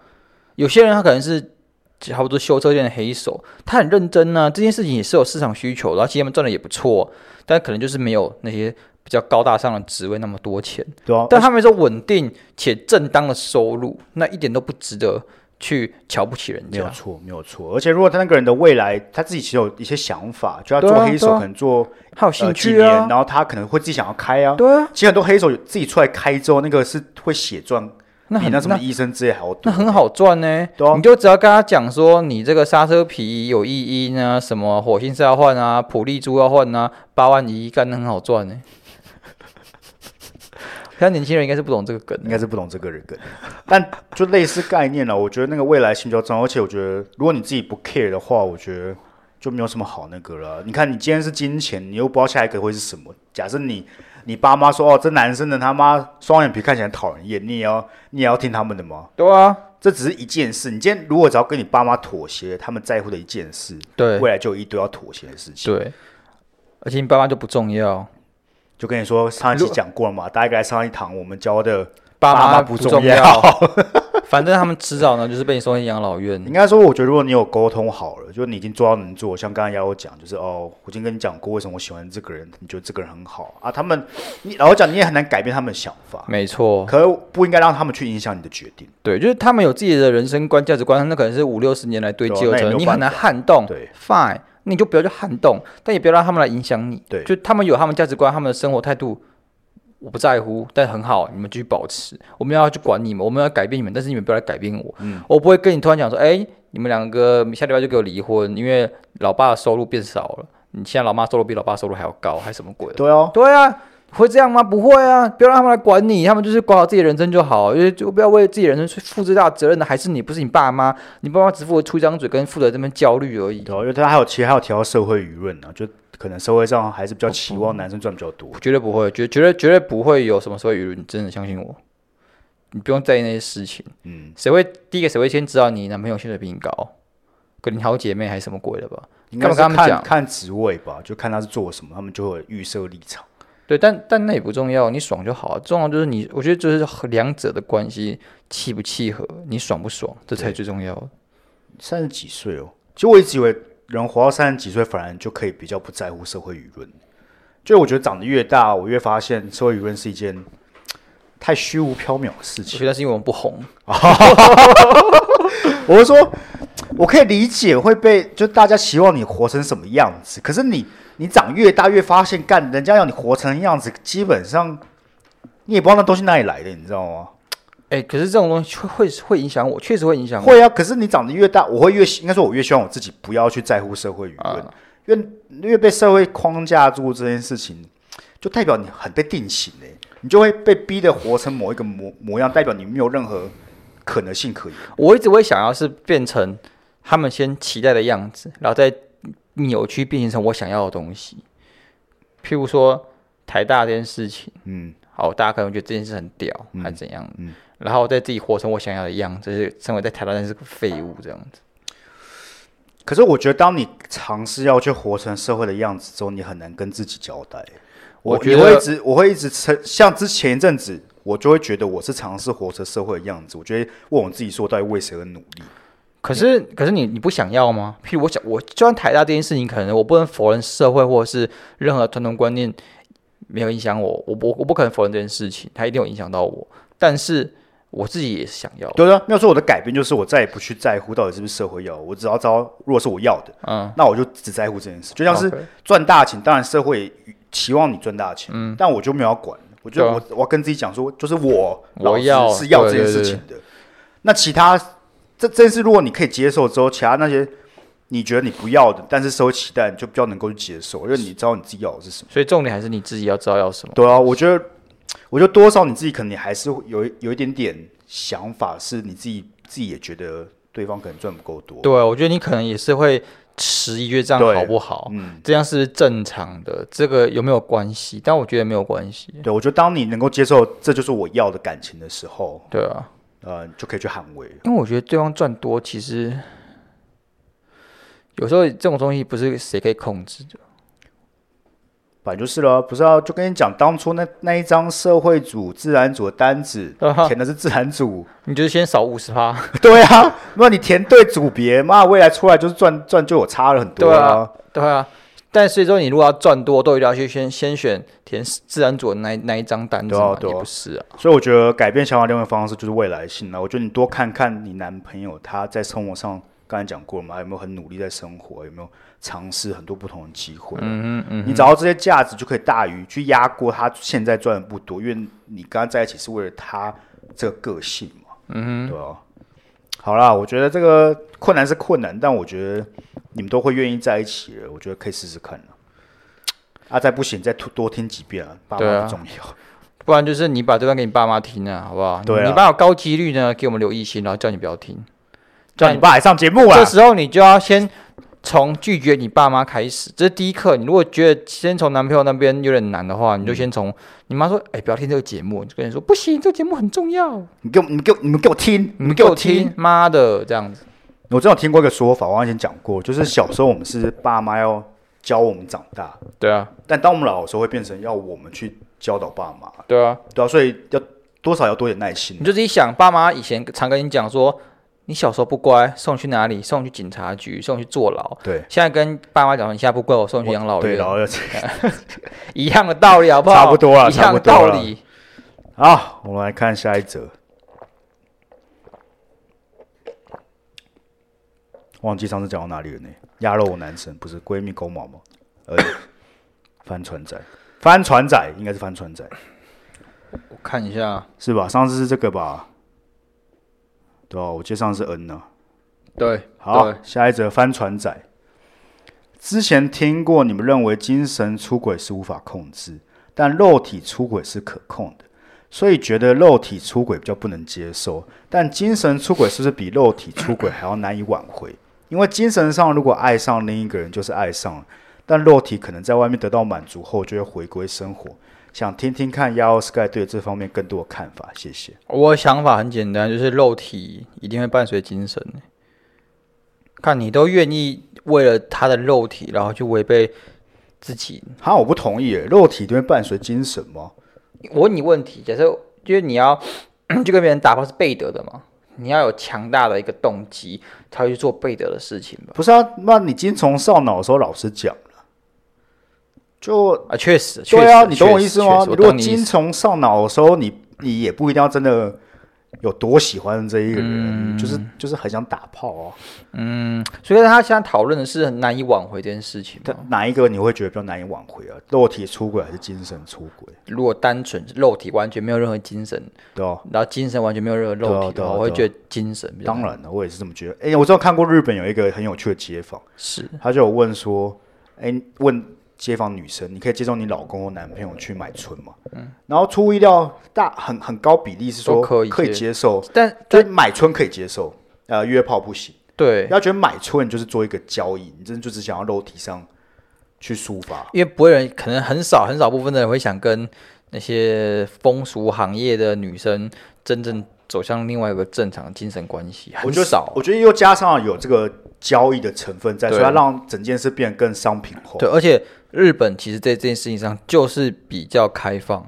S2: 有些人他可能是差不多修车店的黑手，他很认真啊，这件事情也是有市场需求，然后其实他们赚的也不错，但可能就是没有那些比较高大上的职位那么多钱，
S1: 对啊，
S2: 但他们是稳定且正当的收入，那一点都不值得去瞧不起人
S1: 没有
S2: 家。
S1: 错，没有错。而且如果他那个人的未来，他自己其实有一些想法，就他做
S2: 对啊
S1: 黑手，
S2: 对啊
S1: 可能做
S2: 还有
S1: 呃
S2: 兴
S1: 几
S2: 趣
S1: 年，
S2: 啊
S1: 然，后他可能会自己想要开啊。
S2: 对啊，
S1: 其实很多黑手有自己出来开之后，那个是会写状，
S2: 那
S1: 比
S2: 很
S1: 那什么
S2: 那
S1: 医生之类还要多。
S2: 那很，好赚呢、
S1: 对啊
S2: 你就只要跟他讲说，你这个刹车皮有异音啊，什么火星是要换啊，普利珠要换啊，八万一干得很好赚呢、 *laughs* 现在年轻人应该是不懂这个梗
S1: 应
S2: 的、
S1: 该是不懂这个人梗，但就类似概念啊了。我觉得那个未来性比较重要，而且我觉得如果你自己不 care 的话，我觉得就没有什么好那个了。你看，你今天是金钱，你又不知道下一个会是什么。假设你你爸妈说哦，这男生的他妈双眼皮看起来很讨人厌，你也要你也要听他们的吗？
S2: 对啊，
S1: 这只是一件事。你今天如果只要跟你爸妈妥协，他们在乎的一件事，
S2: 对
S1: 未来就有一堆要妥协的事情。
S2: 对，而且你爸妈就不重要，
S1: 就跟你说上一期
S2: 如
S1: 讲过了嘛，大概上一堂我们教的
S2: 爸
S1: 妈
S2: 妈
S1: 不
S2: 重
S1: 要。 *laughs*
S2: 反正他们迟早呢就是被你送进养老院。
S1: 嗯应该说，我觉得如果你有沟通好了，就是你已经做到能做，像刚才瑶瑶讲，就是哦，我已经跟你讲过为什么我喜欢这个人，你觉得这个人很好啊。他们，你老实讲，你也很难改变他们的想法，
S2: 没错，
S1: 可不应该让他们去影响你的决定。
S2: 对，就是他们有自己的人生观、价值观，那可能是五六十年来堆积
S1: 对啊
S2: 而
S1: 那也没有
S2: 成，你
S1: 办
S2: 很难
S1: 法
S2: 撼动。
S1: 对
S2: ，fine，那你就不要去撼动，但也不要让他们来影响你。
S1: 对
S2: 就他们有他们价值观、他们的生活态度，我不在乎，但很好，你们继续保持。我们要去管你们，我们要改变你们，但是你们不要来改变我。
S1: 嗯
S2: 我不会跟你突然讲说，哎、你们两个下礼拜就给我离婚，因为老爸的收入变少了，你现在老妈收入比老爸收入还要高，还什么鬼的？
S1: 对哦，
S2: 对啊，会这样吗？不会啊，不要让他们来管你，他们就是管好自己的人生就好，因为就不要为自己的人生去负最大的责任的还是你，不是你爸妈，你爸妈只负责出一张嘴，跟负责这边焦虑而已。
S1: 对哦，因为他还有其实还有提到社会舆论呢、就可能社会上还是比较期
S2: 嗯
S1: 望男生赚比较多。
S2: 绝对不会，绝绝对绝对不会有什么社会舆论，你真的相信我，你不用在意那些事情。
S1: 嗯，
S2: 谁会第一个谁会先知道你男朋友薪水比你高，跟你好姐妹还是什么鬼的吧？
S1: 应该是
S2: 干嘛跟他们
S1: 看
S2: 讲
S1: 看职位吧，就看他是做什么，他们就会有预设立场。
S2: 对，但但那也不重要，你爽就好。重要就是你，我觉得就是和两者的关系契不契合，你爽不爽，这才
S1: 对
S2: 最重要的。
S1: 三十几岁哦，其实我一直以为人活到三十几岁，反而就可以比较不在乎社会舆论。就我觉得长得越大，我越发现社会舆论是一件，太虚无缥缈的事
S2: 我
S1: 情。
S2: 觉得是因为我们不红，
S1: 我是说，我可以理解会被就大家希望你活成什么样子，可是你你长越大越发现，干人家要你活成样子，基本上你也不知道那东西哪里来的，你知道吗？
S2: 哎、可是这种东西会会会影响我，确实会影响我。
S1: 会啊，可是你长得越大，我会越应该说，我越希望我自己不要去在乎社会舆
S2: 啊
S1: 论，越越被社会框架住这件事情，就代表你很被定型嘞、你就会被逼的活成某一个模模样，代表你没有任何可能性可言。
S2: 我一直会想要是变成他们先期待的样子，然后再扭曲变形成我想要的东西。譬如说台大这件事情，
S1: 嗯，
S2: 好，大家可能觉得这件事很屌，还是怎样，
S1: 嗯
S2: 然后再自己活成我想要的样子，就是成为在台大那是个废物这样子。
S1: 可是我觉得，当你尝试要去活成社会的样子之后，你很难跟自己交代。欸
S2: 我
S1: 我
S2: 觉
S1: 你会
S2: 得
S1: 一直，我会一直成，像之前一阵子，我就会觉得我是尝试活成社会的样子，我就会问我自己说，我到底为谁而努力？
S2: 可是，可是你你不想要吗？譬如我想，我就算台大这件事情，可能我不能否认社会或者是任何传统观念没有影响我，我不我不可能否认这件事情，它一定有影响到我。但是我自己也是想要，
S1: 对啊的，没有说我的改变就是我再也不去在乎到底是不是社会要的，我只要知道如果是我要的，
S2: 嗯，
S1: 那我就只在乎这件事。就像是
S2: OK
S1: 赚大钱，当然社会期望你赚大钱，
S2: 嗯
S1: 但我就没有要管。我觉得我、我要跟自己讲说，就是我
S2: 啊我
S1: 老师
S2: 要
S1: 是要这件
S2: 对对
S1: 事
S2: 对
S1: 情的。那其他这这件事，如果你可以接受之后，其他那些你觉得你不要的，但是社会期待，你就比较能够去接受，因为你知道你自己要的是什么。
S2: 所以重点还是你自己要知道要什么。
S1: 对啊，我觉得，我觉得多少你自己可能还是会有一有一点点想法，是你自己自己也觉得对方可能赚不够多。
S2: 对，啊我觉得你可能也是会迟疑，觉得这样
S1: 对
S2: 好不好？
S1: 嗯，
S2: 这样是不是正常的？这个有没有关系？但我觉得没有关系。
S1: 对，我觉得当你能够接受这就是我要的感情的时候，
S2: 对啊，
S1: 呃，你就可以去捍卫。
S2: 因为我觉得对方赚多，其实有时候这种东西不是谁可以控制的。
S1: 反正就是了，不是啊？就跟你讲，当初那那一张社会组、自然组的单
S2: *laughs*
S1: 子
S2: 啊哈，
S1: 填的是自然组，
S2: 你就是先少五十趴，
S1: 对啊，那你填对组别，妈，未来出来就是赚赚就有差了很多
S2: 对啊。 *laughs* 对啊。但所以说，你如果要赚多，都一定要去先先选填自然组的那一那一张单子
S1: 对啊
S2: 嘛，
S1: 对啊
S2: 也不是啊。
S1: 所以我觉得改变想法另外一个方式就是未来性了。我觉得你多看看你男朋友他在生活上，刚才讲过了嘛，有没有很努力在生活，有没有尝试很多不同的机会。
S2: 嗯嗯嗯，
S1: 你找到这些价值，就可以大于去压过他现在赚的不多，因为你跟他在一起是为了他这个个性嘛。嗯，对啊。好啦，我觉得这个困难是困难，但我觉得你们都会愿意在一起了，我觉得可以试试看了。啊，再不行再多多听几遍啊，爸
S2: 对
S1: 妈
S2: 啊
S1: 不重要。
S2: 不然就是你把这段给你爸妈听啊，好不好？
S1: 对啊
S2: 你爸有高几率呢，给我们留意心，然后叫你不要听。
S1: 叫你爸来上节目啊啦
S2: 这。时候你就要先从拒绝你爸妈开始，这是第一课。你如果觉得先从男朋友那边有点难的话，你就先从你妈说：“哎、不要听这个节目。”你就跟你说：“不行，这个节目很重要，
S1: 你给我，你给我，你们给我听，你
S2: 你
S1: 们给我听。。”
S2: 妈的，这样子。
S1: 我真的有听过一个说法，我以前讲过，就是小时候我们是爸妈要教我们长大，
S2: 对啊，
S1: 但当我们老的时候，会变成要我们去教导爸妈，
S2: 对啊，
S1: 对啊，所以要多少要多一点耐心啊
S2: 你。就自己想，爸妈以前常跟你讲说，你小时候不乖，送你去哪里？送你去警察局，送你去坐牢。
S1: *laughs* 对，
S2: 现在跟爸妈讲，你现在不乖，我送你去养老
S1: 对，
S2: 院
S1: 然，后要
S2: 一样的道理，好不
S1: 差
S2: 好？
S1: 不多啦
S2: 一样
S1: 差不
S2: 的
S1: 多
S2: 道
S1: 啦
S2: 理。
S1: 好，我们来看下一则。忘记上次讲到哪里了呢？鸭肉男神不是闺蜜狗毛吗？呃， *coughs* 帆船仔，帆船仔应该是帆船仔。
S2: 我看一下，
S1: 是吧？上次是这个吧？对啊，我记得上次是 N 呢、
S2: 对，
S1: 好
S2: 对，
S1: 下一则帆船仔。之前听过你们认为精神出轨是无法控制，但肉体出轨是可控的，所以觉得肉体出轨比较不能接受。但精神出轨是不是比肉体出轨还要难以挽回？因为精神上如果爱上另一个人就是爱上了，但肉体可能在外面得到满足后就会回归生活。想听听看 Yao Sky 对这方面更多的看法，谢谢。
S2: 我的想法很简单，就是肉体一定会伴随精神欸。看你都愿意为了他的肉体，然后去违背自己。
S1: 啊哈，我不同意耶，肉体都会伴随精神吗？
S2: 我问你问题，假设 *coughs* 就是你要就跟别人打炮是背德的嘛，你要有强大的一个动机，才会去做背德的事情吧？
S1: 不是啊，那你精虫上脑的时候，老师讲了，就
S2: 啊，确实，确
S1: 对啊，
S2: 实
S1: 啊你懂我意思吗？
S2: 确实
S1: 你
S2: 我
S1: 如果
S2: 懂你意
S1: 精
S2: 思。
S1: 虫上脑的时候，你你也不一定要真的有多喜欢这一个
S2: 嗯
S1: 人，就是就是很想打炮啊。
S2: 所以他现在讨论的是很难以挽回这件事情嘛。
S1: 但哪一个你会觉得比较难以挽回啊？肉体出轨还是精神出轨？
S2: 如果单纯肉体完全没有任何精神，
S1: 对啊，
S2: 然后精神完全没有任何肉
S1: 对
S2: 体的
S1: 啊对啊
S2: 话，我会觉得精神比较
S1: 当然了，我也是这么觉得。哎，我知道看过日本有一个很有趣的街访，
S2: 是 *laughs*
S1: 他就有问说，哎，问街坊女生，你可以接受你老公或男朋友去买春吗？嗯，然后出乎意料大很很高比例是说
S2: 都可以接
S1: 接受，
S2: 但
S1: 就是买春可以接受，呃，约炮不行。
S2: 对，
S1: 要觉得买春就是做一个交易，你真的就只想要肉体上去抒发。
S2: 因为不会有人可能很少很少部分的人会想跟那些风俗行业的女生真正走向另外一个正常的精神关系，
S1: 我
S2: 很
S1: 觉得
S2: 少。啊
S1: 我觉得又加上有这个交易的成分在，
S2: 对
S1: 所以它让整件事变得更商品化。
S2: 对，而且日本其实在这件事情上就是比较开放。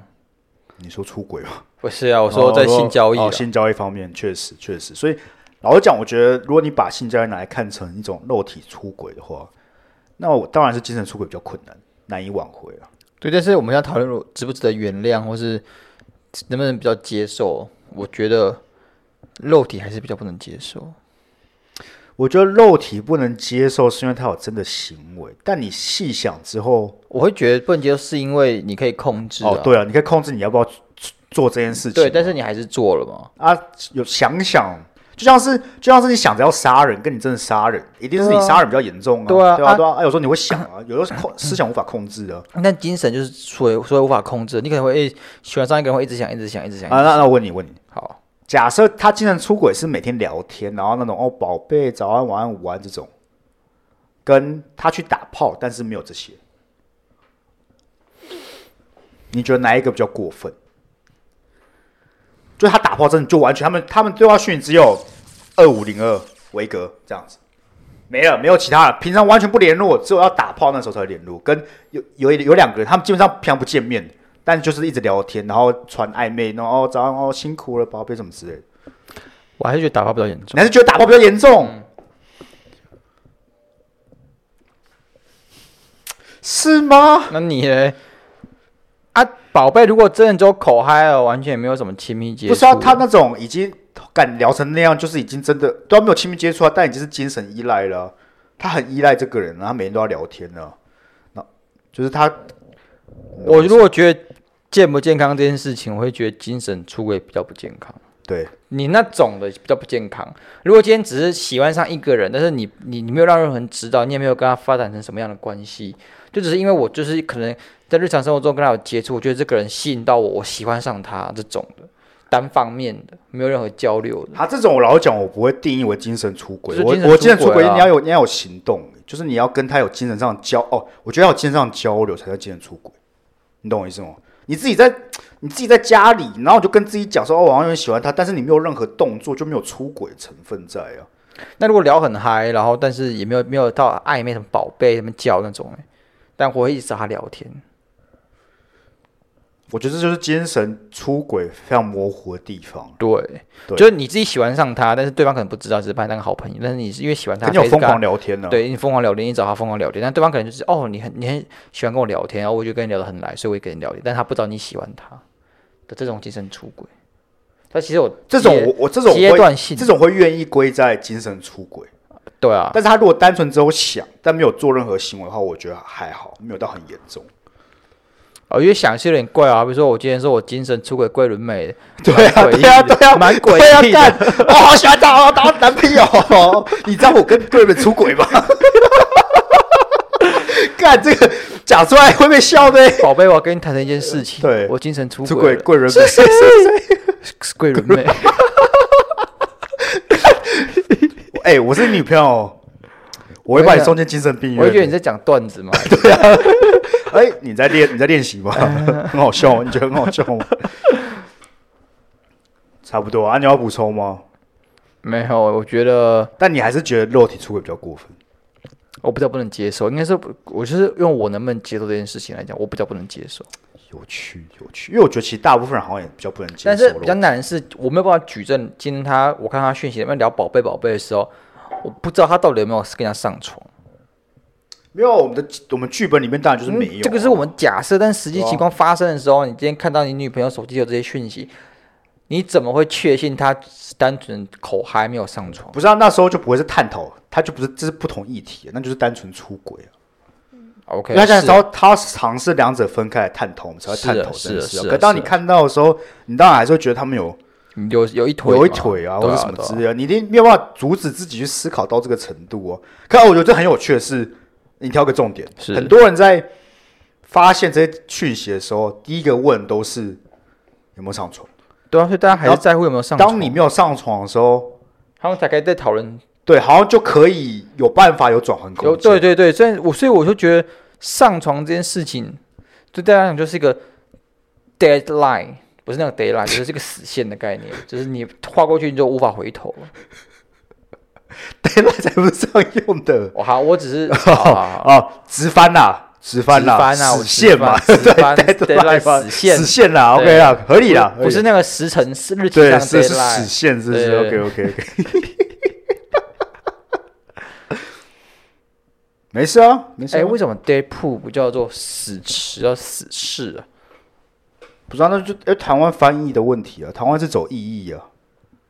S1: 你说出轨吗？
S2: 不是啊，我说在性交易
S1: 哦
S2: 啦、
S1: 哦性交易方面确实确实。所以老实讲，我觉得如果你把性交易拿来看成一种肉体出轨的话，那我当然是精神出轨比较困难，难以挽回啊。
S2: 对，但是我们要讨论如值不值得原谅，或是能不能比较接受，我觉得肉体还是比较不能接受。
S1: 我觉得肉体不能接受，是因为它有真的行为。但你细想之后，
S2: 我会觉得不能接受，是因为你可以控制、啊
S1: 哦，对了，你可以控制你要不要做这件事情。
S2: 对，但是你还是做了嘛。
S1: 啊，有想想，就像是就像是你想着要杀人，跟你真的杀人，一定是你杀人比较严重啊。
S2: 对啊
S1: 对
S2: 啊
S1: 对啊。啊有时候你会想啊，有时候控思想无法控制啊的。
S2: 但精神就是所以所以无法控制，你可能会诶喜欢上一个人，会一直想，一直想，一直想。
S1: 啊，那那我问你，问你，
S2: 好，
S1: 假设他精神出轨是每天聊天，然后那种哦宝贝早安晚安午安这种，跟他去打炮，但是没有这些，你觉得哪一个比较过分？就他打炮真的就完全，他们他们对话讯只有二五零二维格这样子，没了，没有其他的，平常完全不联络，只有要打炮那时候才会联络。跟有有有两个人，他们基本上平常不见面，但就是一直聊天，然后传暧昧，然后哦早上哦辛苦了宝贝什么之类的。
S2: 我还是觉得打炮比较严重。
S1: 你还是觉得打炮比较严重？
S2: 嗯
S1: 是吗？
S2: 那你嘞？啊，宝贝，如果真的就口嗨了，完全也没有什么亲密接触，
S1: 不是啊，他那种已经敢聊成那样，就是已经真的都还没有亲密接触啊，但已经是精神依赖了啊。他很依赖这个人啊，然后每天都要聊天呢、那就是他，
S2: 我如果觉得健不健康这件事情，我会觉得精神出轨比较不健康。
S1: 对
S2: 你那种的比较不健康。如果今天只是喜欢上一个人，但是你你你没有让任何人知道，你也没有跟他发展成什么样的关系，就只是因为我就是可能在日常生活中跟他有接触，我觉得这个人吸引到我，我喜欢上他这种的，单方面的，没有任何交流的。
S1: 他这种，我老实讲，我不会定义为精神出轨。
S2: 就是
S1: 我
S2: 精神
S1: 我
S2: 出
S1: 精神出轨，
S2: 轨啊
S1: 你要有你要有行动，就是你要跟他有精神上的交哦，我觉得要有精神上的交流才叫精神出轨，你懂我意思吗？你自己在你自己在家里，然后你就跟自己讲说哦，我好像有点喜欢他，但是你没有任何动作，就没有出轨成分在啊。
S2: 那如果聊很嗨，然后但是也没有没有到暧昧什么宝贝什么叫那种、欸，但我会一直找他聊天。
S1: 我觉得这就是精神出轨非常模糊的地方，
S2: 对，
S1: 对
S2: 就是你自己喜欢上他，但是对方可能不知道，只是把你当个好朋友。但是你是因为喜欢他，
S1: 肯定有
S2: 所以
S1: 疯
S2: 跟他
S1: 狂聊天啊呢、
S2: 对你疯狂聊天，你找他疯狂聊天，但对方可能就是哦，你很你很喜欢跟我聊天，哦然后我就跟你聊得很来，所以我也跟你聊天，但他不知道你喜欢他的这种精神出轨。他其实有
S1: 这种
S2: 阶
S1: 我我这种
S2: 阶
S1: 会
S2: 段性
S1: 这，种会愿意归在精神出轨。
S2: 对啊，
S1: 但是他如果单纯只有想，但没有做任何行为的话，我觉得还好，没有到很严重。
S2: 哦，因为想是有点怪啊，比如说我今天说我精神出轨桂纶镁，
S1: *laughs* 对啊，
S2: 蛮诡异的
S1: 对啊，对啊，
S2: 蛮诡
S1: 对啊
S2: 异的
S1: 干我好喜欢 *laughs* 他哦，当我男朋友哦。 *laughs* 你知道我跟贵人出轨吗？ *laughs* 干这个讲出来会被笑的。
S2: 宝贝，我要跟你谈的一件事情，
S1: 对
S2: 我精神出
S1: 出
S2: 轨
S1: 轨
S2: 了，
S1: 贵人不是，
S2: 桂纶镁，
S1: *laughs* 哎，我是你女朋友，我会把你送进精神病院。
S2: 我会觉得你在讲段
S1: *laughs*
S2: 子嘛，
S1: 哎，你在练你在练 *laughs* 习吗？很好笑吗，你觉得很好笑 *laughs* 吗？差不多啊，你要补充吗？
S2: 没有，我觉得
S1: 但你还是觉得肉体出轨比较过分。
S2: 我比较不能接受，应该是我就是用我能不能接受这件事情来讲，我比较不能接受。
S1: 有趣，有趣，因为我觉得其实大部分人好像也比较不能接受
S2: 但
S1: 肉体。
S2: 是比较难的是，我没有办法举证。今天他，我看他讯息里面聊宝贝宝贝的时候，我不知道他到底有没有跟人家上床。
S1: 没有，我们的我们剧本里面当然就是没有啊、啊
S2: 这个是我们假设，但实际情况发生的时候，你今天看到你女朋友手机有这些讯息，你怎么会确信他是单纯口嗨没有上床？
S1: 不是啊，那时候就不会是探讨，他就不是这是不同议题，那就是单纯出轨啊。
S2: OK，
S1: 因为他现在
S2: 是啊
S1: 要他尝试两者分开来探讨，我们才会
S2: 是啊
S1: 探讨这件
S2: 是
S1: 事啊。
S2: 啊是啊
S1: 可当你
S2: 是啊
S1: 看到的时候，你当然还是会觉得他们有
S2: 有有一腿嘛，
S1: 有一腿啊，或
S2: 对
S1: 者
S2: 啊
S1: 什么
S2: 对啊
S1: 之类的，你一定没有办法阻止自己去思考到这个程度哦。可我觉得这很有趣的是，你挑个重点，
S2: 是
S1: 很多人在发现这些讯息的时候，第一个问都是有没有上床。
S2: 对啊，所以大家还
S1: 然
S2: 是
S1: 后
S2: 在乎有没有上床。
S1: 当你没有上床的时候，
S2: 他们才可以再讨论。
S1: 对，好像就可以有办法有转换空
S2: 有
S1: 间。
S2: 对对对，所以我所以我就觉得上床这件事情对大家来讲就是一个 deadline，不是那个 deadline，就是这个死线的概念， *laughs* 就是你跨过去你就无法回头了。
S1: *laughs* 对，那才不是这样用的
S2: 我哦好，我只
S1: *laughs*
S2: 是好好好
S1: 哦，直翻啦，直翻啦，
S2: 直翻啊我
S1: 死线嘛，
S2: 直翻
S1: *laughs* 对
S2: 直翻
S1: 对对
S2: deadline 死线
S1: 死线啦
S2: 对
S1: ，OK 啦，合理啦，
S2: 不不是
S1: 合理
S2: 那个时辰是日期
S1: 对
S2: 上的
S1: 是是死
S2: deadline。
S1: 线，是不是
S2: 对对
S1: ？OK
S2: 对
S1: OK OK，没事啊，没事啊
S2: 哎，，为什么 day pool 不叫做死池，叫死士啊？
S1: 不知道那就哎台湾翻译的问题啊，台湾是走意义啊，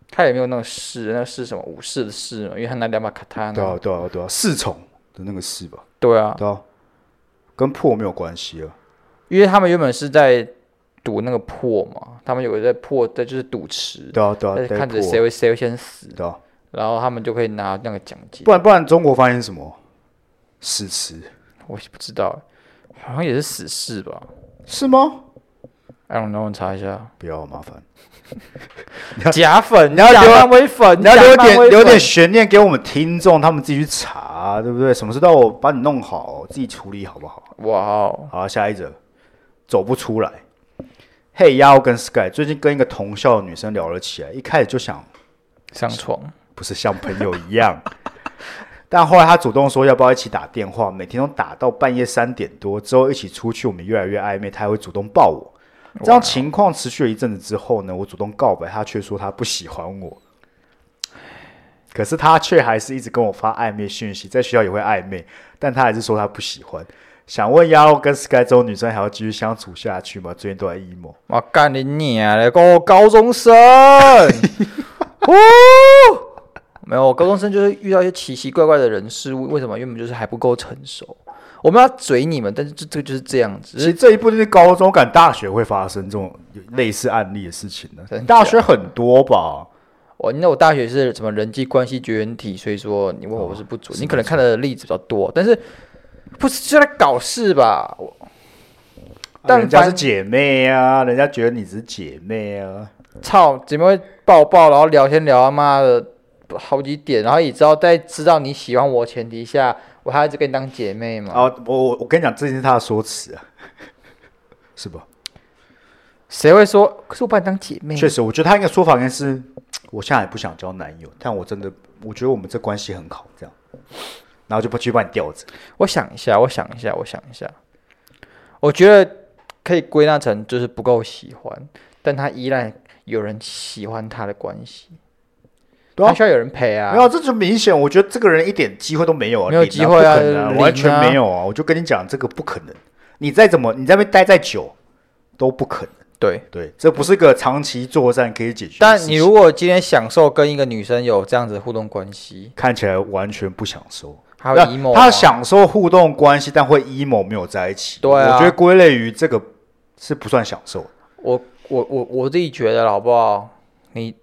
S2: 他也没有那个士，那个是什么武士的士嘛？因为他那两把卡塔
S1: 对啊对啊对啊，侍从的那个侍吧，
S2: 对啊，
S1: 对啊，跟破没有关系啊，
S2: 因为他们原本是在赌那个破嘛，他们有个在破，对，就是赌池，
S1: 对啊对啊，
S2: 但是
S1: 对
S2: 哎呃看着
S1: 破
S2: 谁会谁会先死，
S1: 对啊，
S2: 然后他们就可以拿那个奖金。
S1: 不然不然中国翻译是什么？诗词
S2: 我也不知道，好像也是死士吧
S1: 是吗？
S2: ？I don't know，你查一下。
S1: 不要麻烦。
S2: 假粉，
S1: 你要
S2: 假
S1: 留
S2: 漫威粉，
S1: 你要留
S2: 假漫
S1: 点
S2: 威
S1: 留点
S2: 粉
S1: 悬念给我们听众，他们自己去查啊，对不对？什么事都要我帮你弄好，自己处理好不好？
S2: 哇哦，
S1: 好，下一则，走不出来。嘿，呀，我跟 Sky 最近跟一个同校的女生聊了起来，一开始就想
S2: 上床，
S1: 不是像朋友一样， *laughs* 但后来她主动说要不要一起打电话，每天都打到半夜三点多，之后一起出去，我们越来越暧昧，她还会主动抱我。这样情况持续了一阵子之后呢，我主动告白，她却说她不喜欢我。可是她却还是一直跟我发暧昧讯息，在学校也会暧昧，但她还是说她不喜欢。想问鸭肉跟 Sky 这种女生还要继续相处下去吗？最近都在 emo。
S2: 我干你娘嘞！个高中生，哦， *laughs* 没有，高中生就是遇到一些奇奇怪怪的人事物，为什么？因为我们就是还不够成熟。我们要嘴你们，但是这这个就是这样子，
S1: 其实这一步就是高中感大学会发生这种类似案例的事情呢
S2: 真。假
S1: 大学很多吧？
S2: 我哦那我大学是什么人际关系绝缘体，所以说你问
S1: 哦
S2: 我是不准，你可能看的例子比较多，但是不是就在搞事吧？我但
S1: 啊人家是
S2: 凡
S1: 姐妹啊，人家觉得你只是姐妹啊。
S2: 操，姐妹会抱抱，然后聊天聊他妈的好几点，然后也知道在知道你喜欢我的前提下，我还一直跟你当姐妹嘛？
S1: 啊，我我我跟你讲，这是他的说辞啊， *laughs* 是吧？
S2: 谁会说？可是我把你当姐妹，
S1: 确实，我觉得他应该说法应该是，我现在也不想交男友，但我真的我觉得我们这关系很好，这样，然后就不去帮你吊着。
S2: 我想一下，我想一下，我想一下，我觉得可以归纳成就是不够喜欢，但他依赖有人喜欢他的关系，
S1: 对啊
S2: 他需要有人陪啊
S1: 没。有，这就明显，我觉得这个人一点机会都没有啊，
S2: 没有
S1: 零
S2: 机会啊
S1: 不可能
S2: 零啊
S1: 完全没有啊！我就跟你讲，这个不可能。你再怎么，你在那边待再久，都不可能。
S2: 对，
S1: 对，这不是个长期作战可以解决的事情。
S2: 但你如果今天享受跟一个女生有这样子的互动关系，
S1: 看起来完全不享受，
S2: 还有
S1: 那
S2: emo，啊
S1: 他享受互动关系，但会 emo 没有在一起。
S2: 对啊
S1: 我觉得归类于这个是不算享受的。
S2: 我我我我自己觉得啦好不好？你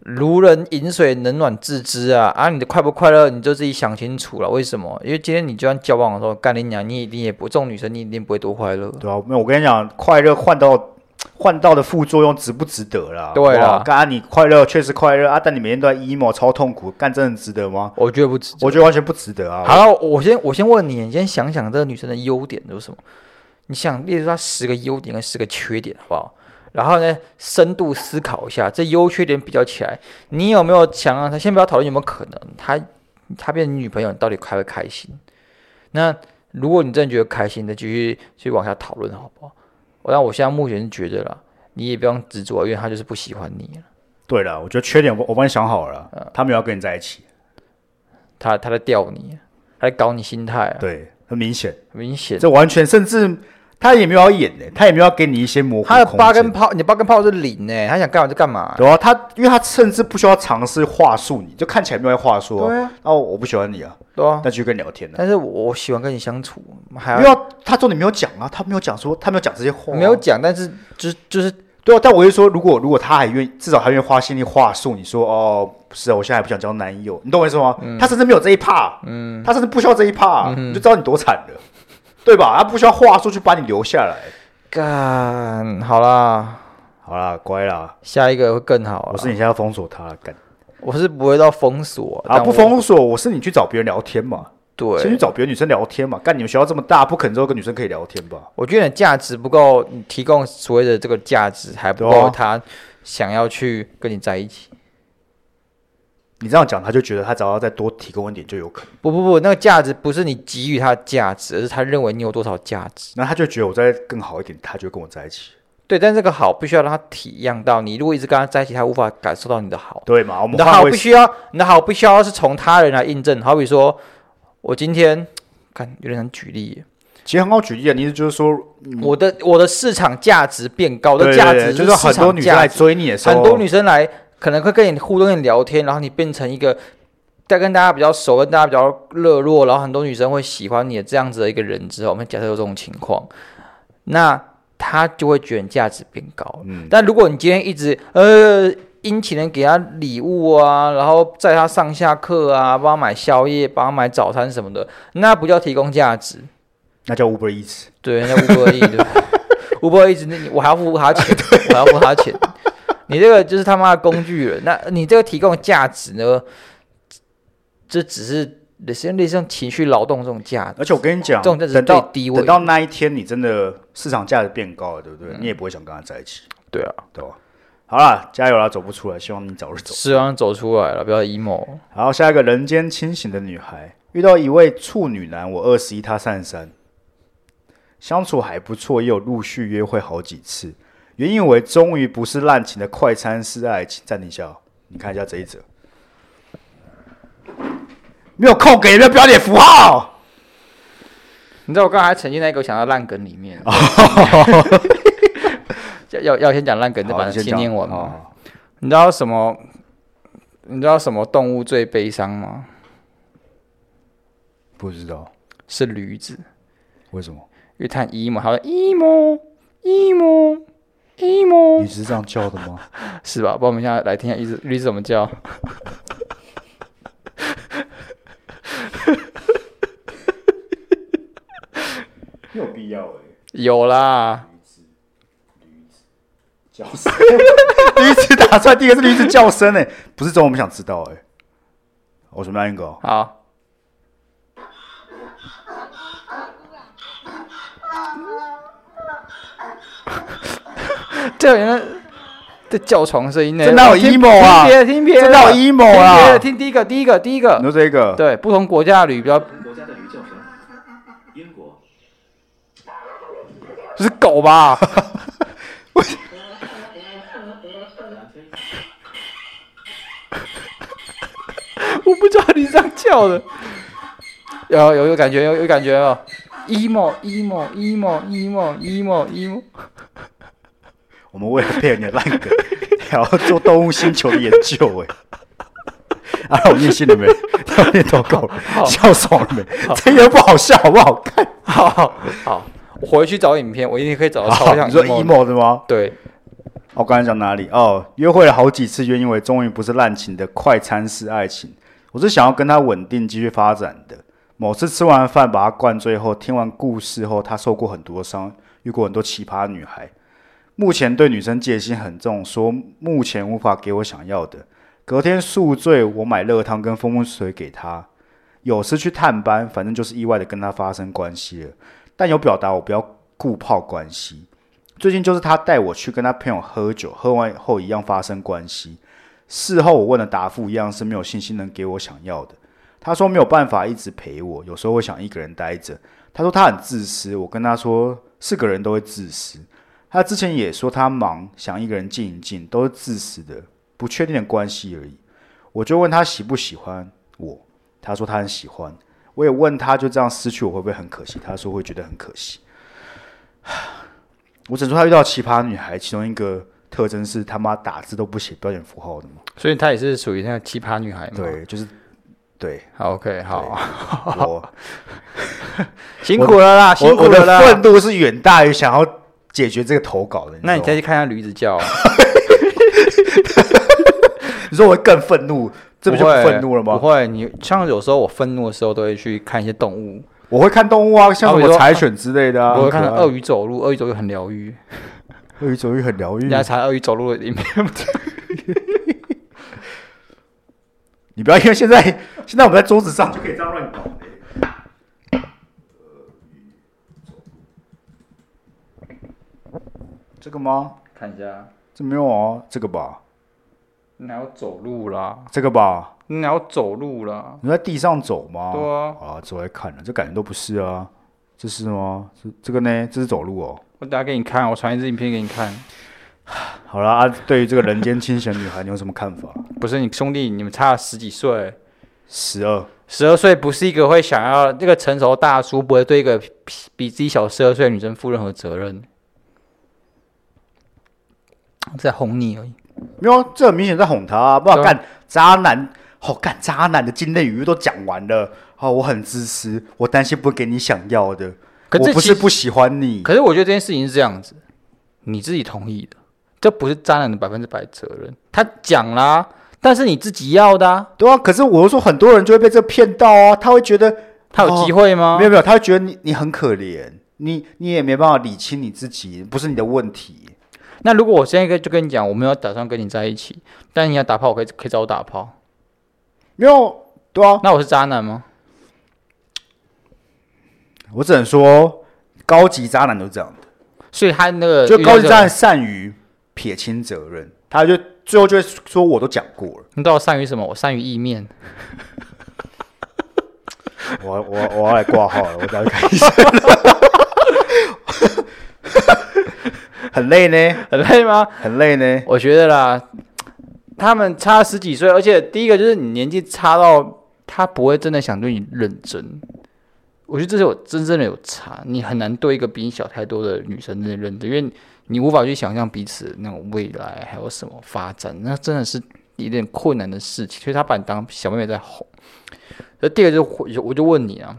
S2: 如人饮水，冷暖自知啊！啊，你的快不快乐，你就自己想清楚了。为什么？因为今天你就算交往的时候，干你娘，你一定也不这种女生，你一定不会多快乐。
S1: 对啊，没有，我跟你讲，快乐换到换到的副作用值不值得啦？
S2: 对啦
S1: 啦，干、啊、你快乐确实快乐啊，但你每天都在 emo 超痛苦，干真的值得吗？
S2: 我觉得不值。
S1: 我觉得完全不值得啊！
S2: 好了，我先我先问你，你先想想这个女生的优点有什么？你想列出她十个优点跟十个缺点，好不好？然后呢，深度思考一下这优缺点比较起来，你有没有想让她？先不要讨论有没有可能，她她变成女朋友，你到底开不开心？那如果你真的觉得开心的，继续去往下讨论，好不好？但我现在目前是觉得啦，你也不用执着，因为她就是不喜欢你了。
S1: 对了，我觉得缺点我我帮你想好了啦，
S2: 嗯
S1: 他们要跟你在一起，
S2: 她她在吊你，她在搞你心态啊，
S1: 对，很明显，
S2: 很明显。
S1: 这完全甚至他也没有要演呢、他也没有要给你一些模糊
S2: 他的
S1: 空
S2: 八
S1: 间
S2: 跟炮，你的八跟炮是零呢、他想干嘛就干嘛。
S1: 对啊，他因为他甚至不需要尝试话术你，就看起来没有在话术、
S2: 对啊，
S1: 然后我不喜欢你啊，
S2: 对啊，
S1: 那就跟你聊天了、
S2: 但是我我喜欢跟你相处，还
S1: 没
S2: 要
S1: 有啊，他重点没有讲啊，他没有讲说，他没有讲这些话啊、
S2: 没有讲，但是就是就是
S1: 对啊，但我就说，如果如果他还愿意，至少还愿意花心力话术，你说哦，不是啊，我现在还不想交男友，你懂我意思吗？
S2: 嗯
S1: 他甚至没有这一趴，嗯，他甚至不需要这一趴，你就知道你多惨了，对吧？他不需要话术去把你留下来。
S2: 干好啦，
S1: 好啦，乖啦，
S2: 下一个会更好
S1: 我
S2: 了。
S1: 是你现在要封锁他了，干
S2: 我是不会到封锁
S1: 啊
S2: 但
S1: 不
S2: 我
S1: 封锁，我是你去找别人聊天嘛，先去
S2: 对，
S1: 找别的女生聊天嘛，干你们学校这么大，不可能只有跟女生可以聊天吧？
S2: 我觉得你的价值不够，你提供所谓的这个价值还不
S1: 对
S2: 够，
S1: 啊
S2: 他想要去跟你在一起。
S1: 你这样讲，他就觉得他只要再多提供一点就有可能，
S2: 不不不，那个价值不是你给予他的价值，而是他认为你有多少价值。
S1: 那他就觉得我再更好一点，他就会跟我在一起，
S2: 对，但这个好必须要让他体验到你。如果一直跟他在一起，他无法感受到你的好。
S1: 对嘛？我
S2: 你
S1: 们
S2: 的
S1: 换
S2: 好
S1: 位
S2: 必须要，你的好必须要是从他人来印证。好比说，我今天看有点难举例耶，
S1: 其实很好举例啊，你意思就是说，
S2: 我的我的市场价值变高，我的
S1: 对
S2: 价
S1: 对
S2: 值
S1: 对就是
S2: 市
S1: 很多
S2: 场
S1: 女生来
S2: 价值。
S1: 追你的时候，
S2: 很多女生来可能会跟你互动、跟你聊天，然后你变成一个在跟大家比较熟、跟大家比较热络，然后很多女生会喜欢你的这样子的一个人之后，我们假设有这种情况，那她就会觉得你价值变高了。
S1: 嗯
S2: 但如果你今天一直呃殷勤的给她礼物啊，然后载她上下课啊，帮她买宵夜、帮她买早餐什么的，那不叫提供价值，
S1: 那叫 Uber Eats，
S2: 对，那乌波 e 对 *laughs* 吧？乌波 e 那我还要付他
S1: *laughs*
S2: 钱，我还要付他钱。你这个就是他妈的工具人，那你这个提供的价值呢？这只是类似类似像情绪劳动这种价值，
S1: 而且我跟你讲，
S2: 这种就是
S1: 啊等到
S2: 最低位
S1: 等到那一天，你真的市场价值变高了，对不对？你也不会想跟他在一起，
S2: 嗯对啊，
S1: 对吧？好啦，加油啦，走不出来，希望你早日走。
S2: 是啊，走出来了，不要 emo。
S1: 然后下一个人间清醒的女孩，遇到一位处女男，我二十一，他三十三，相处还不错，也有陆续约会好几次。原因为终于不是滥情的快餐式爱情。暂停一下哦，你看一下这一则，没有空格，也没有标点符号。
S2: 你知道我刚才还沉浸在一个想到烂梗里
S1: *laughs*
S2: 面，要要要先讲烂梗，再把
S1: 好
S2: 它
S1: 你先
S2: 先
S1: 讲
S2: 念哦完
S1: 好
S2: 嘛。
S1: 好
S2: 你知道什么？你知道什么动物最悲伤吗？
S1: 不知道
S2: 是驴子。
S1: 为什么，
S2: 因为他很 emo，他说 emo emo emo，
S1: 你是这样叫的吗？
S2: 是吧？帮我们现在来听一下律师律师怎么叫。
S1: 没有必要哎、
S2: 有啦，
S1: 叫声，驴子打出来，第一个是驴子叫声哎、不是中文不想知道哎、我随便按一个、哦。
S2: 好， *laughs* 这有人在叫床声音呢，
S1: 这哪有
S2: 我听
S1: emo 啊
S2: 听别的，听别的，
S1: 这哪有 emo 啊
S2: 听别的听第一个，第一个，第一
S1: 你
S2: 个，
S1: 说这个，
S2: 对，不同国家的驴比较
S3: 国家的驴叫什么？英国。
S2: 就是狗吧？ *laughs* 我不知道你这样叫的，有有有感觉，有有感觉哦。emo emo emo emo emo emo，
S1: *laughs* 我们为了配合你的烂梗，还要做动物星球的研
S2: *laughs*
S1: 究哎、啊，我念信了没？我念投稿了，笑爽了没？这个不好笑，好不好看？
S2: 好好好，我回去找影片，我一定可以找到超
S1: 好，
S2: 像
S1: 你说
S2: emo 的。
S1: emo 的吗？
S2: 对，
S1: 我刚才讲哪里？哦，约会了好几次，原因为终于不是滥情的快餐式爱情，我是想要跟他稳定继续发展的。某次吃完饭把他灌醉后，听完故事后，他受过很多伤，遇过很多奇葩女孩，目前对女生戒心很重，说目前无法给我想要的。隔天宿醉，我买热汤跟蜂蜜水给他。有时去探班，反正就是意外的跟他发生关系了，但有表达我不要顾泡关系。最近就是他带我去跟他朋友喝酒，喝完以后一样发生关系。事后我问的答复一样是没有信心能给我想要的。他说没有办法一直陪我，有时候会想一个人待着。他说他很自私，我跟他说是个人都会自私。他之前也说他忙，想一个人静一静，都是自私的，不确定的关系而已。我就问他喜不喜欢我，他说他很喜欢。我也问他就这样失去我会不会很可惜，他说会觉得很可惜。我只能说他遇到奇葩女孩，其中一个特征是他妈打字都不写标点符号的嘛。
S2: 所以她也是属于那个奇葩女孩嘛。
S1: 对，就是
S2: *laughs*
S1: 对
S2: 好，OK，好， *laughs*
S1: 我
S2: 辛苦了啦，辛
S1: 我
S2: 苦
S1: 我
S2: 了
S1: 的
S2: 啦。
S1: 愤怒是远大于想要解决这个投稿的。
S2: 那你
S1: 知道
S2: 再
S1: 吗
S2: 去看一下驴子叫，
S1: 你说我会更愤怒， *laughs* 这不就
S2: 会
S1: 愤怒了吗
S2: 不？会，你像有时候我愤怒的时候，都会去看一些动物，
S1: 我会看动物啊，像
S2: 啊
S1: 什
S2: 比如
S1: 么
S2: 说
S1: 柴犬之类的啊。
S2: 我会看
S1: 很
S2: 到
S1: 可爱
S2: 鳄鱼走路，鳄鱼走路很疗愈，
S1: 鳄鱼走鱼很疗愈
S2: 人。家查鳄鱼走路的影片。 *laughs*
S1: 你不要因为现在现在我们在桌子上就可以这样乱搞的。这个吗？
S2: 看一下，
S1: 这没有啊，这个吧，
S2: 哪有走路啦？
S1: 这个吧，
S2: 哪有走路啦？
S1: 你在地上走吗？
S2: 对啊
S1: 好啦，走来看了，这感觉都不是啊，这是吗？这这个呢？这是走路哦。
S2: 我等下给你看，我传一支影片给你看。
S1: 好啦，啊，对于这个人间清闲女孩，你有什么看法？
S2: 不是你兄弟，你们差了十几岁，
S1: 十二，
S2: 十二岁不是一个会想要那个成熟大叔不会对一个比比自己小十二岁的女生负任何责任。我在哄你而已，
S1: 没有啊，这很明显在哄她、啊，不然
S2: 对啊
S1: 干渣男，好、干渣男的金类语录都讲完了，好、我很自私，我担心不会给你想要的，
S2: 可这
S1: 我不
S2: 其
S1: 是
S2: 实
S1: 不喜欢你，
S2: 可是我觉得这件事情是这样子，你自己同意的，这不是渣男的百分之百责任。他讲啦，但是你自己要的、啊，
S1: 对啊，可是我又说很多人就会被这骗到啊，他会觉得
S2: 他有机会吗？
S1: 哦没有没有，他会觉得你你很可怜，你你也没办法理清你自己，不是你的问题。
S2: 那如果我现在跟就跟你讲，我没有打算跟你在一起，但你要打炮，我可以可以找我打炮，
S1: 没有，对啊，
S2: 那我是渣男吗？
S1: 我只能说高级渣男都这样的，
S2: 所以他那个
S1: 就高级渣
S2: 战，
S1: 男善于撇清责任，他就最后就会说我都讲过了，
S2: 你知道我善于什么？我善于意面。
S1: 我我我要来挂号了，我等下去看医生。 *laughs* 很 *laughs* 累呢，
S2: 很累吗？
S1: 很累呢，
S2: 我觉得啦，他们差十几岁，而且第一个就是你年纪差到他不会真的想对你认真。我觉得这是有真正的有差，你很难对一个比你小太多的女生真的认真，因为你无法去想象彼此那种未来还有什么发展，那真的是一点困难的事情。所以他把你当小妹妹在哄。那第二个就是我我就问你啊，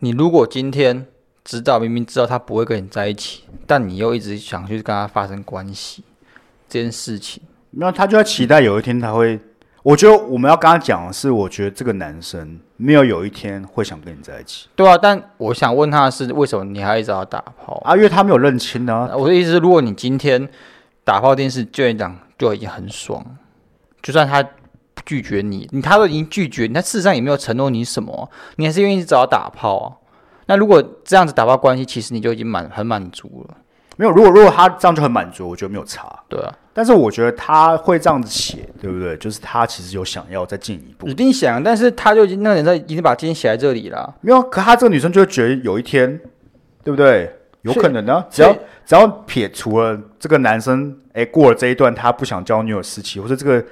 S2: 你如果今天知道明明知道他不会跟你在一起，但你又一直想去跟他发生关系这件事情，
S1: 没有他就在期待有一天他会。我觉得我们要跟他讲的是，我觉得这个男生没有有一天会想跟你在一起
S2: 对啊。但我想问他的是，为什么你还一直要打炮？
S1: 啊，因为他没有认清啊，
S2: 我的意思是，如果你今天打炮电视对你讲就已经很爽，就算他拒绝你，你他都已经拒绝你，他事实上也没有承诺你什么，你还是愿意找他打炮啊。那如果这样子打炮关系，其实你就已经满很满足了，
S1: 没有，如果如果他这样就很满足，我觉得没有差。
S2: 对啊，
S1: 但是我觉得他会这样子写，对不对？就是他其实有想要再进一步
S2: 一，定想，但是他就已经那个人在已经把今天写在这里了。
S1: 没有。可他这个女生就会觉得有一天，对不对？有可能呢、只
S2: 所以
S1: 要只要撇除了这个男生，哎，过了这一段他不想交女友时期，或者这个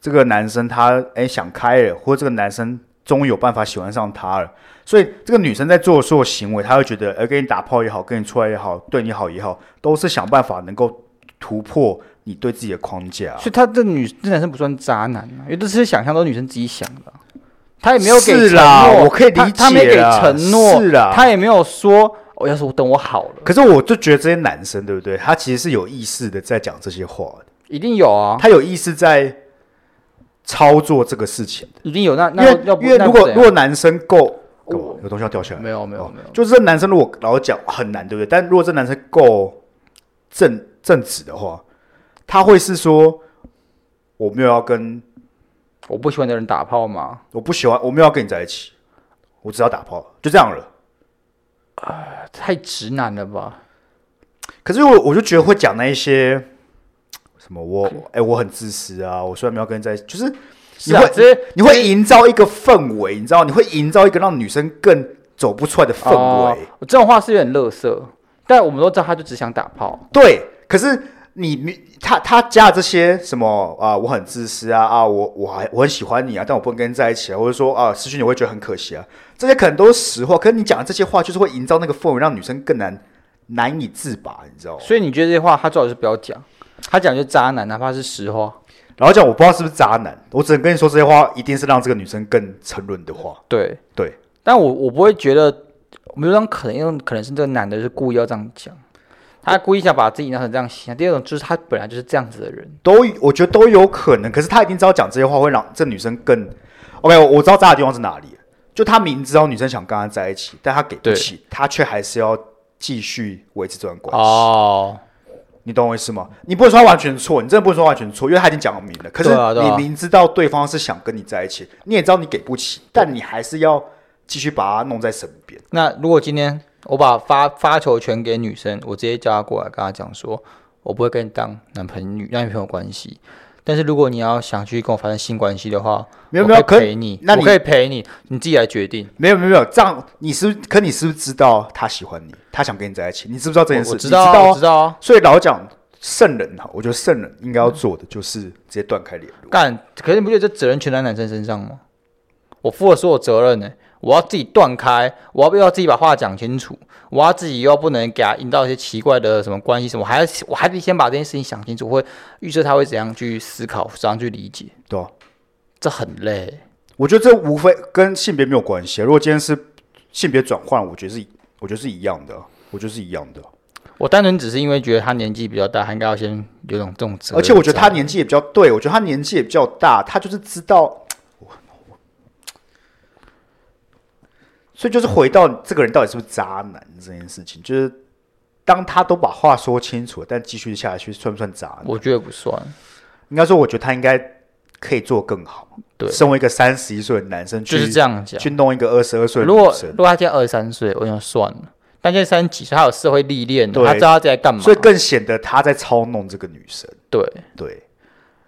S1: 这个男生他哎想开了，或者这个男生终于有办法喜欢上他了，所以这个女生在做的所有行为，她会觉得，哎，跟你打炮也好，跟你出来也好，对你好也好，都是想办法能够突破你对自己的框架啊。
S2: 所以他这女这男生不算渣男啊，因为这些想象都是女生自己想的啊，他也没有给承诺
S1: 是啦我可以理
S2: 他他没
S1: 解
S2: 给
S1: 啦
S2: 承诺，
S1: 是啦
S2: 他也没有说我、哦、要是我等我好了，
S1: 可是我就觉得这些男生，对不对？他其实是有意识的在讲这些话的，
S2: 一定有啊，
S1: 他有意识在操作这个事情的。
S2: 一定有。那
S1: 因
S2: 那
S1: 为
S2: 要不
S1: 因为
S2: 那
S1: 如
S2: 不
S1: 果
S2: 怎
S1: 如
S2: 样
S1: 果男生够干嘛有东西要掉下来，
S2: 没有没有没有，
S1: 就是这男生如果老实讲很难，对不对？但如果这男生够正正直的话，他会是说我没有要跟
S2: 我不喜欢的人打炮嘛，
S1: 我不喜欢，我没有要跟你在一起，我只要打炮，就这样了。
S2: 太直男了吧？
S1: 可是我我就觉得会讲那一些什么我哎、我很自私啊，我虽然没有跟你在一起，就是
S2: 嗯是啊，
S1: 会
S2: 这些
S1: 你会营造一个氛围，你知道，你会营造一个让女生更走不出来的氛围。
S2: 啊哦这种话是有点乐色，但我们都知道他就只想打炮，
S1: 对，可是你你他他加这些什么啊、我很自私啊啊，我我还我很喜欢你啊，但我不能跟你在一起啊，或者说啊失去你我会觉得很可惜啊，这些可能都是实话，可是你讲的这些话就是会营造那个氛围，让女生更难难以自拔，你知道吗？
S2: 所以你觉得这些话他最好是不要讲，他讲就是渣男，哪怕是实话。
S1: 然后讲我不知道是不是渣男，我只能跟你说这些话一定是让这个女生更沉沦的话，
S2: 对，
S1: 对，
S2: 但我我不会觉得，我们有种可能，有种可能是这个男的是故意要这样讲，他故意想把自己弄成这样形象。第二种就是他本来就是这样子的人，
S1: 都我觉得都有可能，可是他一定知道讲这些话会让这女生更 OK 我。我知道渣的地方是哪里，就他明知道女生想跟他在一起，但他给不
S2: 对
S1: 起，他却还是要继续维持这段关系。
S2: 哦，
S1: 你懂我意思吗？你不能说他完全错，你真的不能说他完全错，因为他已经讲明了。可是
S2: 对啊对啊
S1: 你明知道对方是想跟你在一起，你也知道你给不起，但你还是要继续把他弄在身边。
S2: 那如果今天我把发发球权给女生，我直接叫她过来跟她讲说，我不会跟你当男朋友女男女朋友关系。但是如果你要想去跟我发生性关系的话，
S1: 没有
S2: 我
S1: 没有
S2: 可以
S1: 可
S2: 陪你，
S1: 那
S2: 我
S1: 你
S2: 可以陪你，你自己来决定。
S1: 没有没有没有，这样你是不是可你是不是知道他喜欢你，他想跟你在一起？你知不知道这
S2: 我
S1: 件事？
S2: 我知
S1: 你
S2: 道
S1: 啊
S2: 啊，我知道啊。
S1: 所以老讲圣人哈，我觉得圣人应该要做的就是直接断开联络。
S2: 干，可是你不觉得这责任全在男生身上吗？我负了所有责任呢、欸我要自己断开，我要不要自己把话讲清楚？我要自己又不能给他营造一些奇怪的什么关系什么，我还要我还得先把这件事情想清楚，会预测他会怎样去思考，怎样去理解，
S1: 对、啊，
S2: 这很累。
S1: 我觉得这无非跟性别没有关系啊。如果今天是性别转换，我觉得是，我觉得是一样的啊，我觉得是一样的啊。
S2: 我单纯只是因为觉得他年纪比较大，他应该要先有种这种责任在。
S1: 而且我觉得他年纪也比较对，我觉得他年纪也比较大，他就是知道，我所以就是回到这个人到底是不是渣男这件事情，就是当他都把话说清楚了，但继续下去算不算渣男？
S2: 我觉得不算，
S1: 应该说，我觉得他应该可以做更好。
S2: 对
S1: 身为一个三十一岁的男生，去
S2: 就是这样讲。
S1: 去弄一个二十二岁的
S2: 如
S1: 女
S2: 果
S1: 生
S2: 如，果他今天二十三岁，我想算了。但现在三十几岁，他有社会历练的，
S1: 对
S2: 他知道他自己在干嘛。
S1: 所以更显得他在操弄这个女生。
S2: 对，
S1: 对，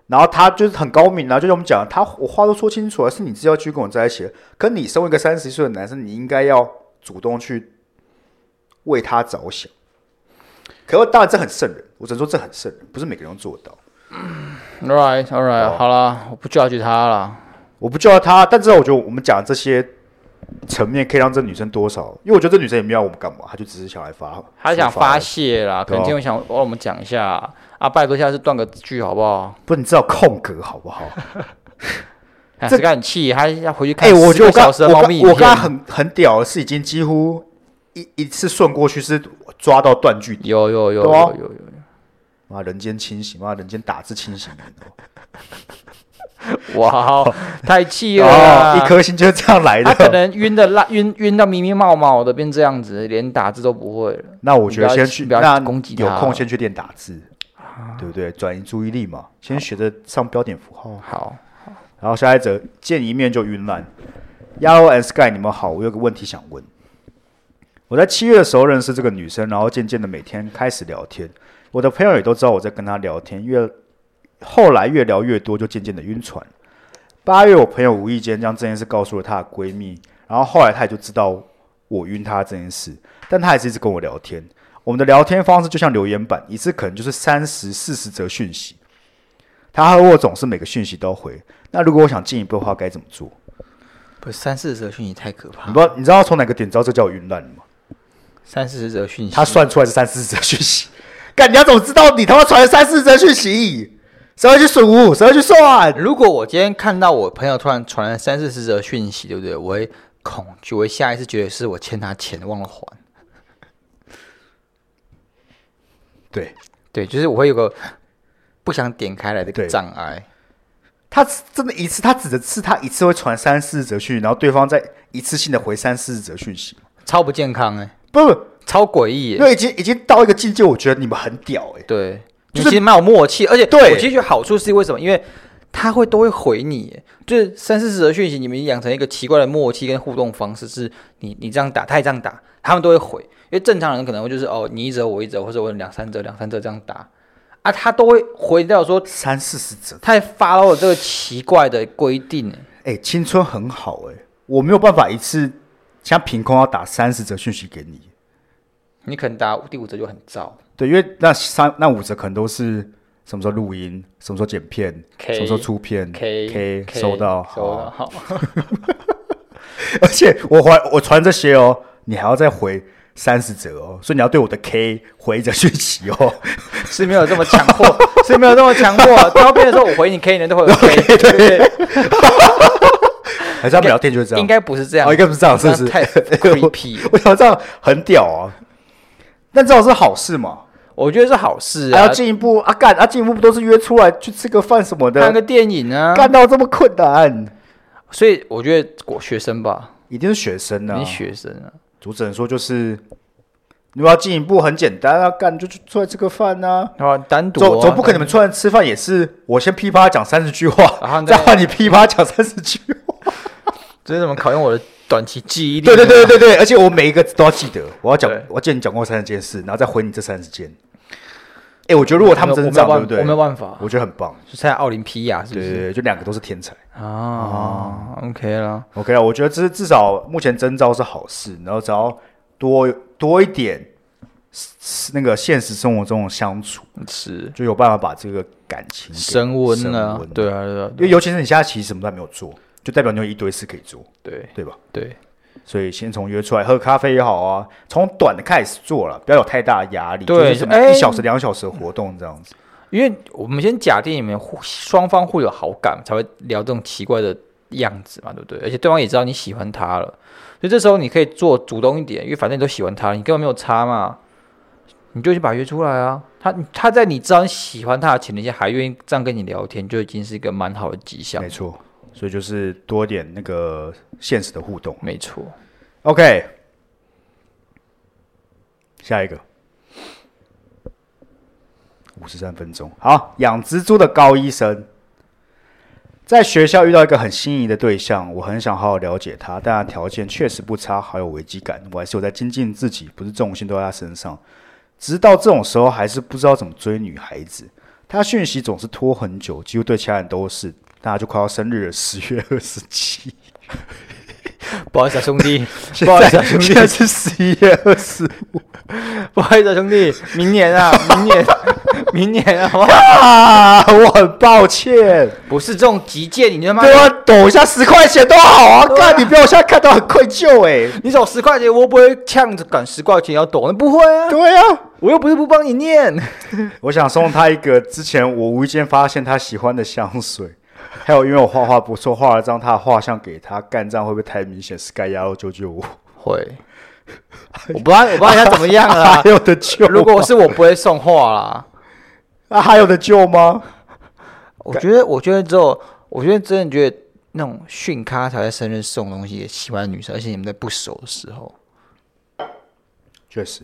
S1: 然后他就是很高明啊，就像我们讲的，他我话都说清楚了，是你自己要继续跟我在一起的。可你身为一个三十岁的男生，你应该要主动去为他着想。可当然这很圣人，我只能说这很圣人，不是每个人都做得到。
S2: All right, all right，、好啦，我不 judge 他啦。
S1: 我不叫他，但至少我觉得我们讲的这些层面可以让这女生多少，因为我觉得这女生也没有要我们干嘛，她就只是想来发，
S2: 他想
S1: 抒发啊
S2: 发，泄啦，可能今天我想哦，我们讲一下啊，拜托下次断个句好不好？
S1: 不，你知道空格好不好？
S2: 哎，
S1: 这
S2: 这个很气，他要回去看
S1: 哎、我
S2: 10
S1: 觉得
S2: 个
S1: 我刚
S2: 小时的猫
S1: 我
S2: 咪
S1: 刚我
S2: 影片
S1: 刚刚很很屌的是，已经几乎一一次顺过去是抓到断句点，
S2: 有有有有
S1: 对啊
S2: 有有有，
S1: 妈人间清醒，妈人间打字清
S2: *laughs*
S1: 醒，
S2: 哇，太气
S1: *laughs*
S2: 了
S1: 哦
S2: 啦！，
S1: 一颗心就是这样来
S2: 啊他可
S1: 的。
S2: 能晕的烂，晕晕到迷迷冒冒的，变这样子，连打字都不会了。
S1: 那我觉得
S2: 你不
S1: 先
S2: 要
S1: 去，
S2: 你不要
S1: 那
S2: 攻击
S1: 有
S2: 他
S1: 空先去练打字，对不对？转移注意力嘛，先学着上标点符号。
S2: 好，
S1: 然后下一则见一面就晕烂。Yellow and Sky，你们好，我有个问题想问。我在七月的时候认识这个女生，然后渐渐的每天开始聊天。我的朋友也都知道我在跟她聊天，越后来越聊越多，就渐渐的晕船。八月，我朋友无意间将这件事告诉了她的闺蜜，然后后来她也就知道我晕她这件事，但她还是一直跟我聊天。我们的聊天方式就像留言板，一次可能就是三十、四十则讯息。她和我总是每个讯息都回，那如果我想进一步的话，该怎么做？
S2: 不是三四十则讯息太可怕
S1: 你不知道，你知道从哪个点知道这叫晕烂吗？
S2: 三四十则讯息，
S1: 他算出来是三四十则讯息， *laughs* 干你要怎么知道你他妈传了三四十则讯息？谁会去数？谁会去算？
S2: *laughs* 如果我今天看到我朋友突然传了三四十则讯息，对不对？我会恐惧，我会下意识觉得是我欠他钱忘了还。
S1: 对
S2: 对，就是我会有个不想点开来的
S1: 对
S2: 障碍。
S1: 他真的一次，他指的是他一次会传三四十则讯息，然后对方再一次性的回三四十则讯息。
S2: 超不健康哎、
S1: 不不，
S2: 超诡异
S1: 因
S2: 欸耶。
S1: 为已经已经到一个境界，我觉得你们很屌哎、
S2: 对，
S1: 就
S2: 你
S1: 是
S2: 其实蛮有默契，而且
S1: 对
S2: 我其实觉得好处是为什么？因为他会都会回你耶，就是三四十则讯息，你们养成一个奇怪的默契跟互动方式，是你你这样打，他也这样打，他们都会回。因为正常人可能会就是哦，你一折我一折，或者我两三折两三折这样打啊，他都会回掉说，
S1: 三四十则，
S2: 他也发了这个奇怪的规定耶，
S1: 哎、青春很欸好哎、我没有办法一次像凭空要打三十则讯息给你，
S2: 你可能打第五折就很燥，
S1: 对，因为那三那五折可能都是什么时候录音，什么时候剪片
S2: K，
S1: 什么时候出片
S2: K
S1: 嗯收到，
S2: 收
S1: 好啊
S2: 到，好，
S1: *laughs*
S2: *laughs*
S1: 而且我还我传这些哦，你还要再回三十折哦，所以你要对我的 K 回着讯息哦， *laughs*
S2: 是没有这么强迫，是没有这么强迫。挑片的时候我回你 K，你人都回我 K，对，
S1: 还是他们聊天就是这样？
S2: 应该不是这样，
S1: 哦，应该不是这样，是不是？ *laughs*
S2: 太 creepy 了
S1: 我想这样很屌啊，但至少是好事嘛。
S2: 我觉得是好事
S1: 还
S2: 啊
S1: 要，进一步啊，干啊，进一步不都是约出来去吃个饭什么
S2: 看
S1: 的
S2: 个，电影啊，
S1: 干到这么困难，
S2: 所以我觉得我学生吧，
S1: 一定是学生啊
S2: 你。学生啊，
S1: 主持人说就是，如果要进一步很简单啊，干就去出来吃个饭啊。
S2: 然后单独
S1: 总
S2: 哦
S1: 总不可能你们出来吃饭也是我先噼啪讲三十句
S2: 然后
S1: 话，
S2: 呢
S1: 再换你噼啪讲三十句话。
S2: 这是怎么考验我的短期记忆力？
S1: 对对对对对，而且我每一个都要记得，我要讲
S2: 对，
S1: 我要记得你讲过三十件事，然后再回你这三十件。哎，我觉得如果他们真的这样，对
S2: 我
S1: 不
S2: 没
S1: 对？
S2: 有办我没有办法
S1: 我觉得很棒。
S2: 就参加奥林匹亚是不
S1: 对对哦
S2: 是？
S1: 对，就两个都是天才。
S2: 啊，OK 啦，
S1: OK 啊，我觉得至至少目前征招是好事，然后只要多多一点是那个现实生活中的相处，
S2: 是
S1: 就有办法把这个感情给
S2: 升温了
S1: 升，
S2: 对啊，对啊
S1: 因，为尤其是你现在其实什么都还没有做，就代表你有一堆事可以做，
S2: 对
S1: 对吧？
S2: 对，
S1: 所以先从约出来喝咖啡也好啊，从短的开始做了，不要有太大的压力，
S2: 对
S1: 就是什么
S2: 哎
S1: 一小时、两小时的活动这样子。
S2: 因为我们先假定你们互双方互有好感，才会聊这种奇怪的样子嘛，对不对？而且对方也知道你喜欢他了，所以这时候你可以做主动一点，因为反正你都喜欢他了，你根本没有差嘛，你就去把他约出来啊。他他在你知道你喜欢他的前提下，还愿意这样跟你聊天，就已经是一个蛮好的迹象
S1: 没。错，所以就是多一点那个现实的互动。
S2: 没错，
S1: OK，下一个，五十三分钟。好，养蜘蛛的高医生，在学校遇到一个很心仪的对象，我很想好好了解他，但他条件确实不差，好有危机感。我还是有在精进自己，不是重心都在他身上。直到这种时候，还是不知道怎么追女孩子。他讯息总是拖很久，几乎对其他人都是。那他就快要生日了，十月二十七。
S2: 不好意思、啊、兄弟，
S1: 现
S2: *laughs* 不好意思、
S1: 在
S2: 啊、兄弟
S1: 现，在是十一月二十
S2: 不好意思、啊、兄弟，明年啊，明 *laughs* 年，明年好不好？
S1: 啊！我很抱歉，
S2: 不是这种急件，你他妈
S1: 对啊，抖一下十块钱都好啊！
S2: 对啊
S1: 看、你被我现在看到很愧疚 *laughs* 哎、
S2: 你找十块钱，我又不会呛着赶十块钱要抖，不会啊，
S1: 对啊，
S2: 我又不是不帮
S1: *laughs*
S2: 你念。
S1: 我想送他一个之前我无意间发现他喜欢的香水，还有因为我画画不错，画了张他的画像给他，干这样会不会太明显？Sky 丫头救救我！
S2: 会， *laughs* 我不知道，我不知道人家怎么样啦
S1: *laughs* *laughs* 还。有的救吗？
S2: 如果是我，不会送
S1: *laughs*
S2: 话啦。
S1: 那、啊还有的救吗？
S2: 我觉得，我觉得只有，我觉得真的觉得那种训咖才会生日送东西给喜欢的女生，而且你们在不熟的时候，
S1: 确实，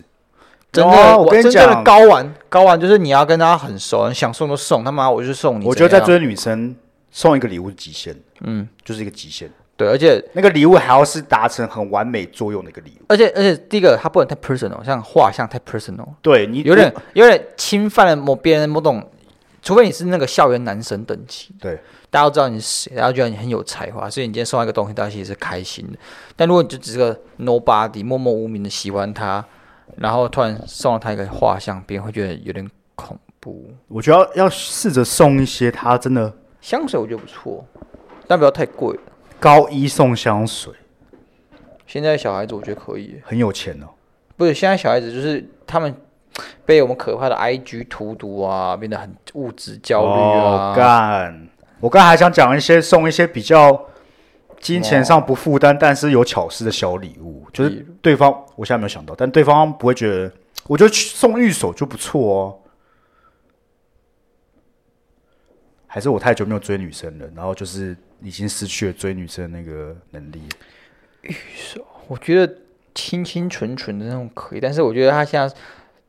S2: 真
S1: 有啊
S2: 的，
S1: 我跟你
S2: 真正的
S1: 讲，
S2: 高玩，高玩就是你要跟他很熟，你想送就送，他妈我就送你怎样。
S1: 我觉得在追女生送一个礼物是极限，
S2: 嗯，
S1: 就是一个极限。
S2: 对，而且
S1: 那个礼物还要是达成很完美作用的一个礼物，
S2: 而且而且，第一个他不能太 personal，像画像太 personal，
S1: 对你
S2: 有点有点侵犯了某别人某种，除非你是那个校园男神等级，
S1: 对。
S2: 大家都知道你是谁，大家觉得你很有才华，所以你今天送他一个东西，大家其实是开心的。但如果你就只是个 nobody，默默无名的喜欢他，然后突然送了他一个画像，别人会觉得有点恐怖。
S1: 我觉得要要试着送一些他真的
S2: 香水我觉得不错，但不要太贵。
S1: 高一送香水，
S2: 现在小孩子我觉得可以耶，
S1: 很有钱哦。
S2: 不是现在小孩子就是他们被我们可怕的 IG 荼毒啊，变得很物质焦虑
S1: 哦
S2: 啊。
S1: 干，我刚才还想讲一些送一些比较金钱上不负担，但是有巧思的小礼物，就是
S2: 例如
S1: 对方我现在没有想到，但对方不会觉得，我觉得去送玉手就不错哦。还是我太久没有追女生了，然后就是已经失去了追女生的那个能力。
S2: 我觉得清清纯纯的那种可以，但是我觉得她现在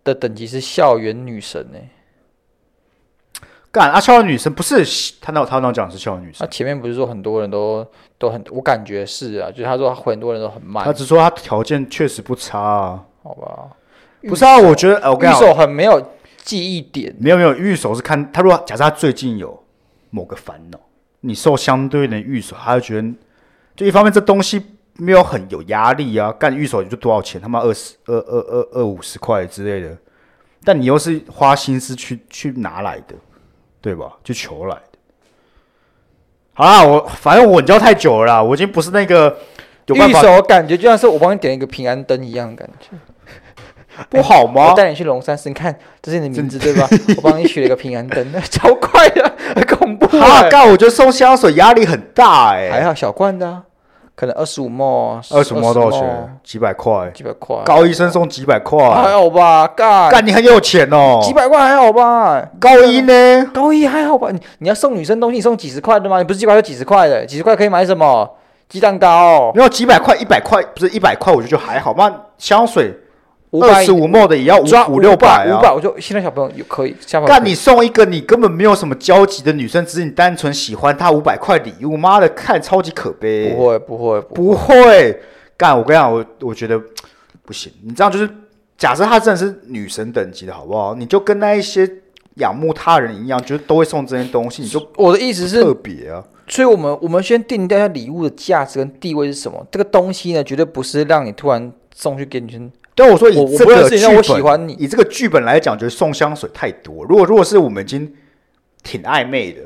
S2: 的等级是校园女神欸呢、
S1: 干啊，校园女生不是他那他那讲是校园女生
S2: 她，前面不是说很多人都都很，我感觉是啊，就是她说很多人都很慢
S1: 他，只说他条件确实不差啊，
S2: 好吧？
S1: 不是啊，我觉得呃我跟
S2: 玉
S1: 你讲，
S2: 手很没有记忆点，
S1: 没有没有，玉手是看他如果假设他最近有某个烦恼，你受相对应的玉手，他会觉得，就一方面这东西没有很有压力啊，干预手就多少钱，他妈二十二二二二五十块之类的，但你又是花心思去去拿来的，对吧？去求来的。好啦，我反正我稳交太久了啦，我已经不是那个有办
S2: 预
S1: 法
S2: 手感觉就像是我帮你点一个平安灯一样的感觉。
S1: 不好吗？
S2: 我带你去龙山寺，你看这是你的名字
S1: *laughs*
S2: 对吧？我帮你取了一个平安灯， *laughs* 超快的，很恐怖、
S1: 啊，
S2: 欸。
S1: 干，我觉得送香水压力很大哎、
S2: 还好小罐的、啊，可能二十五毛，
S1: 二十毛多少
S2: 20
S1: 钱？几百块，
S2: 几百块，
S1: 高医生送几百
S2: 还
S1: 块，
S2: 好吧？干
S1: 干你很有钱哦。
S2: 几百块还好吧？
S1: 高医呢？
S2: 高一还好吧？你你要送女生东西，你送几十块的吗？你不是几百块，几十块的，几十块可以买什么？鸡蛋糕、
S1: 没有几百块，一百块不是一百块，我觉得就还好。那香水
S2: 五
S1: 二
S2: 百
S1: 十五沫的也要五
S2: 抓
S1: 五六百
S2: 百五百，
S1: 啊。
S2: 我就现在小朋友有可以，下朋友
S1: 干
S2: 可以
S1: 你送一个你根本没有什么交集的女生，只是你单纯喜欢她五百块礼物，妈的看超级可悲。
S2: 不会不会不会，
S1: 不会干，我跟你讲，我我觉得不行，你这样就是假设她真的是女神等级的好不好？你就跟那一些仰慕他人一样，就是都会送这些东西，你就
S2: 我的意思是
S1: 特别啊。
S2: 所以我们我们先定掉一下礼物的价值跟地位是什么。这个东西呢，绝对不是让你突然送去给女生。
S1: 但我说
S2: 我
S1: 以
S2: 我
S1: 这
S2: 不认
S1: 个剧
S2: 识你
S1: 本，
S2: 但我喜欢你
S1: 以这个剧本来讲，觉得送香水太多。如果如果是我们已经挺暧昧的，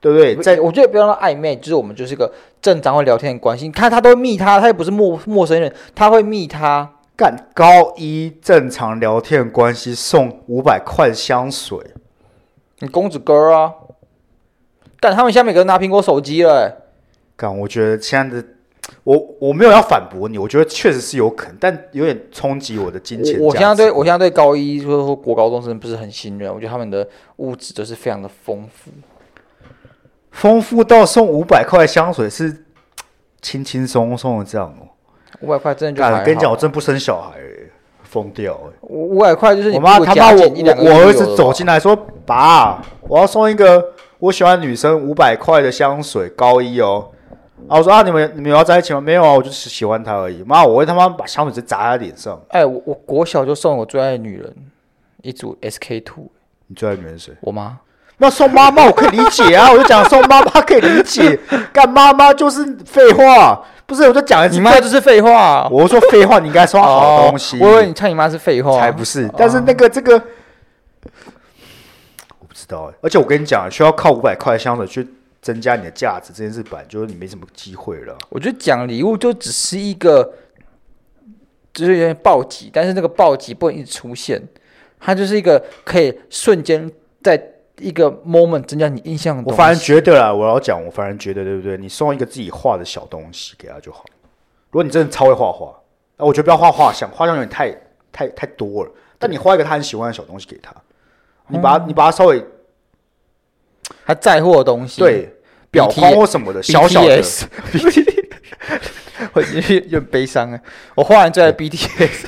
S1: 对不对？在
S2: 我觉得不要让暧昧，就是我们就是一个正常会聊天的关系。你看他都会密他，他又不是陌陌生人，他会密他。
S1: 干高一正常聊天关系，送五百块香水，
S2: 你公子哥啊，干他们现在每个人拿苹果手机了、欸，
S1: 干我觉得现在的我我没有要反驳你，我觉得确实是有可能，但有点冲击我的金钱
S2: 我我
S1: 价
S2: 现在
S1: 值
S2: 对我现在对高一或者说国高中生不是很信任，我觉得他们的物质都是非常的丰富。
S1: 丰富到送五百块香水是轻轻松松的这样哦。
S2: 五百块真的就还好
S1: 干，跟你讲，我真不生小孩、欸，疯掉、欸。
S2: 五五百块就是你
S1: 我妈
S2: 如果
S1: 他妈
S2: 加
S1: 我
S2: 减一两个
S1: 我我儿
S2: 就有
S1: 子
S2: 了
S1: 走
S2: 吧
S1: 进来说：“爸，我要送一个我喜欢女生五百块的香水，高一哦。”啊，我说啊，你们你们有要在一起吗？没有啊，我就是喜欢她而已。妈，我会他妈把香水直接砸她脸上。
S2: 哎，我我国小就送我最爱的女人一组 SK two，
S1: 你最爱女人是谁？ *laughs*
S2: 我妈
S1: 那送妈妈我可以理解啊，我就讲送妈妈可以理解，干妈妈就是废话，不是？我就讲一次
S2: 你妈就是废话，
S1: 我说废话，你应该送好东西。
S2: 哦我以为你唱你妈是废话，哦
S1: 才不是。但是那个这个，我不知道哎、而且我跟你讲，需要靠五百块香水去增加你的价值，这件事本来就是你没什么机会了。
S2: 我觉得讲礼物就只是一个，就是有点暴击，但是那个暴击不能一直出现，它就是一个可以瞬间在一个 moment 增加你印象的
S1: 我
S2: 东西。
S1: 反而觉得啦，我要讲，我反而觉得，对不对？你送一个自己画的小东西给他就好了。如果你真的超会画画，啊，我觉得不要画画像，画像有点太太太多了。但你画一个他很喜欢的小东西给他，你把他、你把他稍微
S2: 他在乎的东西，
S1: 对表框或什么的小小的，
S2: BTS
S1: *laughs*
S2: 我有点有点悲伤哎，我画完最爱 BTS，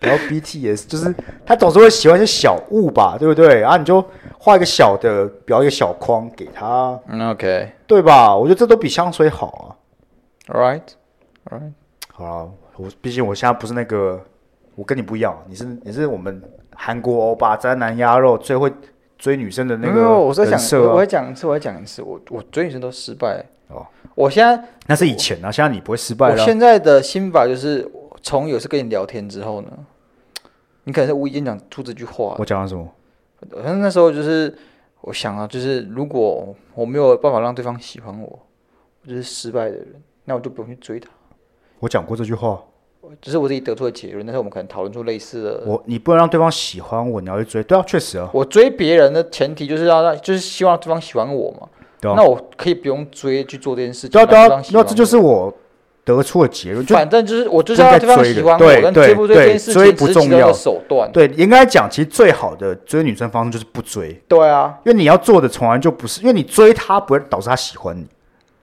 S1: 然后 BTS 就是他总是会喜欢一些小物吧，对不对？啊然后你就画一个小的，裱一个小框给他，
S2: 嗯，OK，
S1: 对吧？我觉得这都比香水好啊。
S2: All right，all right，
S1: 好啊，我毕竟我现在不是那个，我跟你不一样，你是你是我们韩国欧巴渣男鸭肉最会追女生的那
S2: 没
S1: 个
S2: 有，我在
S1: 人
S2: 讲，
S1: 设
S2: 我
S1: 啊
S2: 再讲一次，我再讲一次，我我追女生都失败。
S1: 哦，
S2: 我现在
S1: 那是以前啊，现在你不会失败
S2: 我
S1: 了啊。
S2: 现在的心法就是，从有次跟你聊天之后呢，你可能是无意间讲出这句话
S1: 我，讲了什么？
S2: 反正那时候就是我想啊，就是如果我没有办法让对方喜欢我，我就是失败的人，那我就不用去追他。
S1: 我讲过这句话。
S2: 只是我自己得出的结论，但是我们可能讨论出类似的。
S1: 我你不能让对方喜欢我，你要去追。对啊，确实啊，
S2: 我追别人的前提就是要让，就是希望对方喜欢我嘛。
S1: 对啊
S2: 那我可以不用追去做这件事情，
S1: 对啊，对
S2: 让对
S1: 啊
S2: 方，喜
S1: 那
S2: 欢
S1: 这就
S2: 我
S1: 是我得出的结论，就
S2: 反正就是我就是
S1: 不
S2: 要
S1: 该
S2: 让对方
S1: 追
S2: 喜
S1: 的
S2: 欢我，
S1: 对
S2: 但
S1: 对
S2: 追不追
S1: 对
S2: 这件事
S1: 追
S2: 情
S1: 不
S2: 只是
S1: 重
S2: 其中一
S1: 要
S2: 个手段。
S1: 对，应该讲，其实最好的追女生方式就是不追，
S2: 对啊，
S1: 因为你要做的从来就不是，因为你追她不会导致她喜欢你。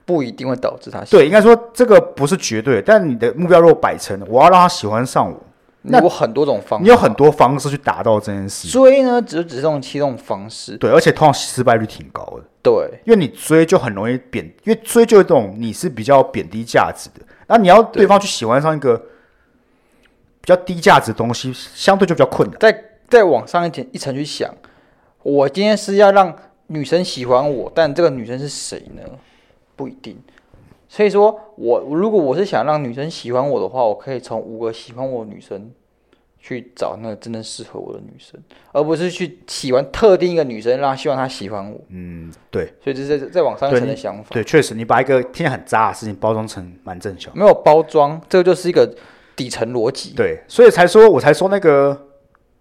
S2: 不一定会导致他喜欢
S1: 对，应该说这个不是绝对，但你的目标如果摆成我要让她喜欢上我，
S2: 你有很多种方法，
S1: 你有很多方式去达到这件事。
S2: 追呢，只嗯是只是这种其中一种方式。
S1: 对，而且通常失败率挺高的，
S2: 对，
S1: 因为你追就很容易贬，因为追就有一种你是比较贬低价值的，那你要对方去喜欢上一个比较低价值的东西，相对就比较困难。
S2: 再再往上一点一层去想，我今天是要让女生喜欢我，但这个女生是谁呢？不一定，所以说我如果我是想让女生喜欢我的话，我可以从五个喜欢我的女生去找那个真正适合我的女生，而不是去喜欢特定一个女生，让希望她喜欢我。
S1: 嗯，对
S2: 所以这是在在往上一
S1: 对
S2: 层的
S1: 你
S2: 想法，
S1: 对，确实，你把一个听起来很渣的事情包装成蛮正向。
S2: 没有包装，这个就是一个底层逻辑。
S1: 对，所以才说，我才说那个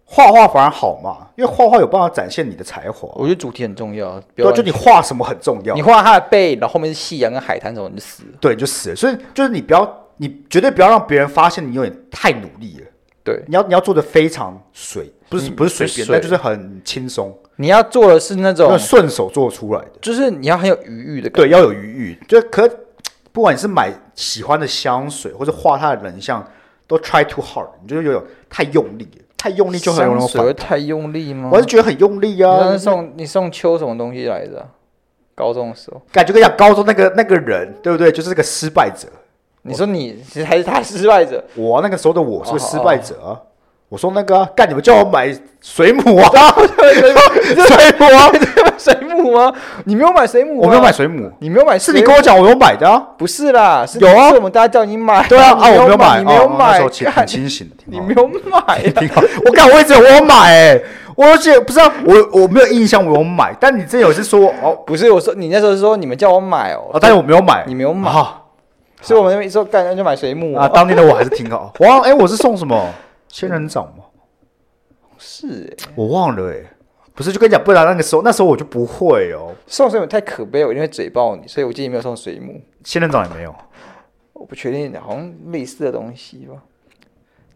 S1: 画画反而好嘛，因为画画有办法展现你的才华。
S2: 我觉得主题很重要，不
S1: 对
S2: 要
S1: 啊，就
S2: 乱
S1: 你画什么很重要
S2: 你。画她的背，然后后面是夕阳跟海滩什么，你就死了。
S1: 对，你就死了。所以就是你不要，你绝对不要让别人发现你有点太努力了。
S2: 对，
S1: 你要你要做的非常随，不是不是随便，
S2: 嗯水
S1: 但就是很轻松，
S2: 你要做的是那种
S1: 要，顺手做出来的。
S2: 就是你要很有余裕的感
S1: 对，要有余裕。就可不管你是买喜欢的香水或者画他的人像，都 try too hard，你就是有点太用力了，太用力就很容易
S2: 香水
S1: 反
S2: 会嗯
S1: 弹。
S2: 太用力吗？
S1: 我还是觉得很用力
S2: 你上
S1: 啊
S2: 次，送你送秋什么东西来着啊、高中的时候，
S1: 感觉跟你讲高中那个那个人，对不对？就是个失败者。
S2: 你说你其实还是他失败者，
S1: 我那个时候的我是个
S2: 哦
S1: 失败者啊、我说那个啊干、你们叫我买水母啊， *laughs* 水母啊，
S2: *laughs* 水母吗？你没有买水母，啊
S1: 我没有买，水母，
S2: 你没有
S1: *laughs*
S2: 买
S1: 是
S2: 水
S1: 你
S2: 母，
S1: 跟我讲我有买的啊。
S2: 不是啦，是
S1: 有啊
S2: 是我们大家叫你买， *laughs*
S1: 对啊，啊，
S2: 你
S1: 我没有
S2: 买，
S1: 买，
S2: 你没有
S1: 哦我那时
S2: 买
S1: 候，清很
S2: 干
S1: 清醒 *laughs* 的，
S2: 你
S1: 挺好
S2: 没有买啊，
S1: 挺好。 *laughs* 我感我一直有我有买、欸，我而且不知道我我没有印象我有买，但你之前有是说哦
S2: *laughs* 不是我说你那时候说你们叫我买哦
S1: 哦，，但是我没有买，
S2: 你没有买
S1: 啊
S2: 所以我们那边说干那就买水母
S1: 啊，
S2: 啊，
S1: 当年的我还是挺好。 *laughs* 我忘哎、我是送什么仙人掌吗？
S2: 是欸
S1: 我忘了哎、不是就跟你讲，不然那个时候那时候我就不会哦，
S2: 送水母太可悲了，我一定会嘴爆你，所以我今天没有送水母，
S1: 仙人掌也没有。
S2: 我不确定，好像类似的东西吧。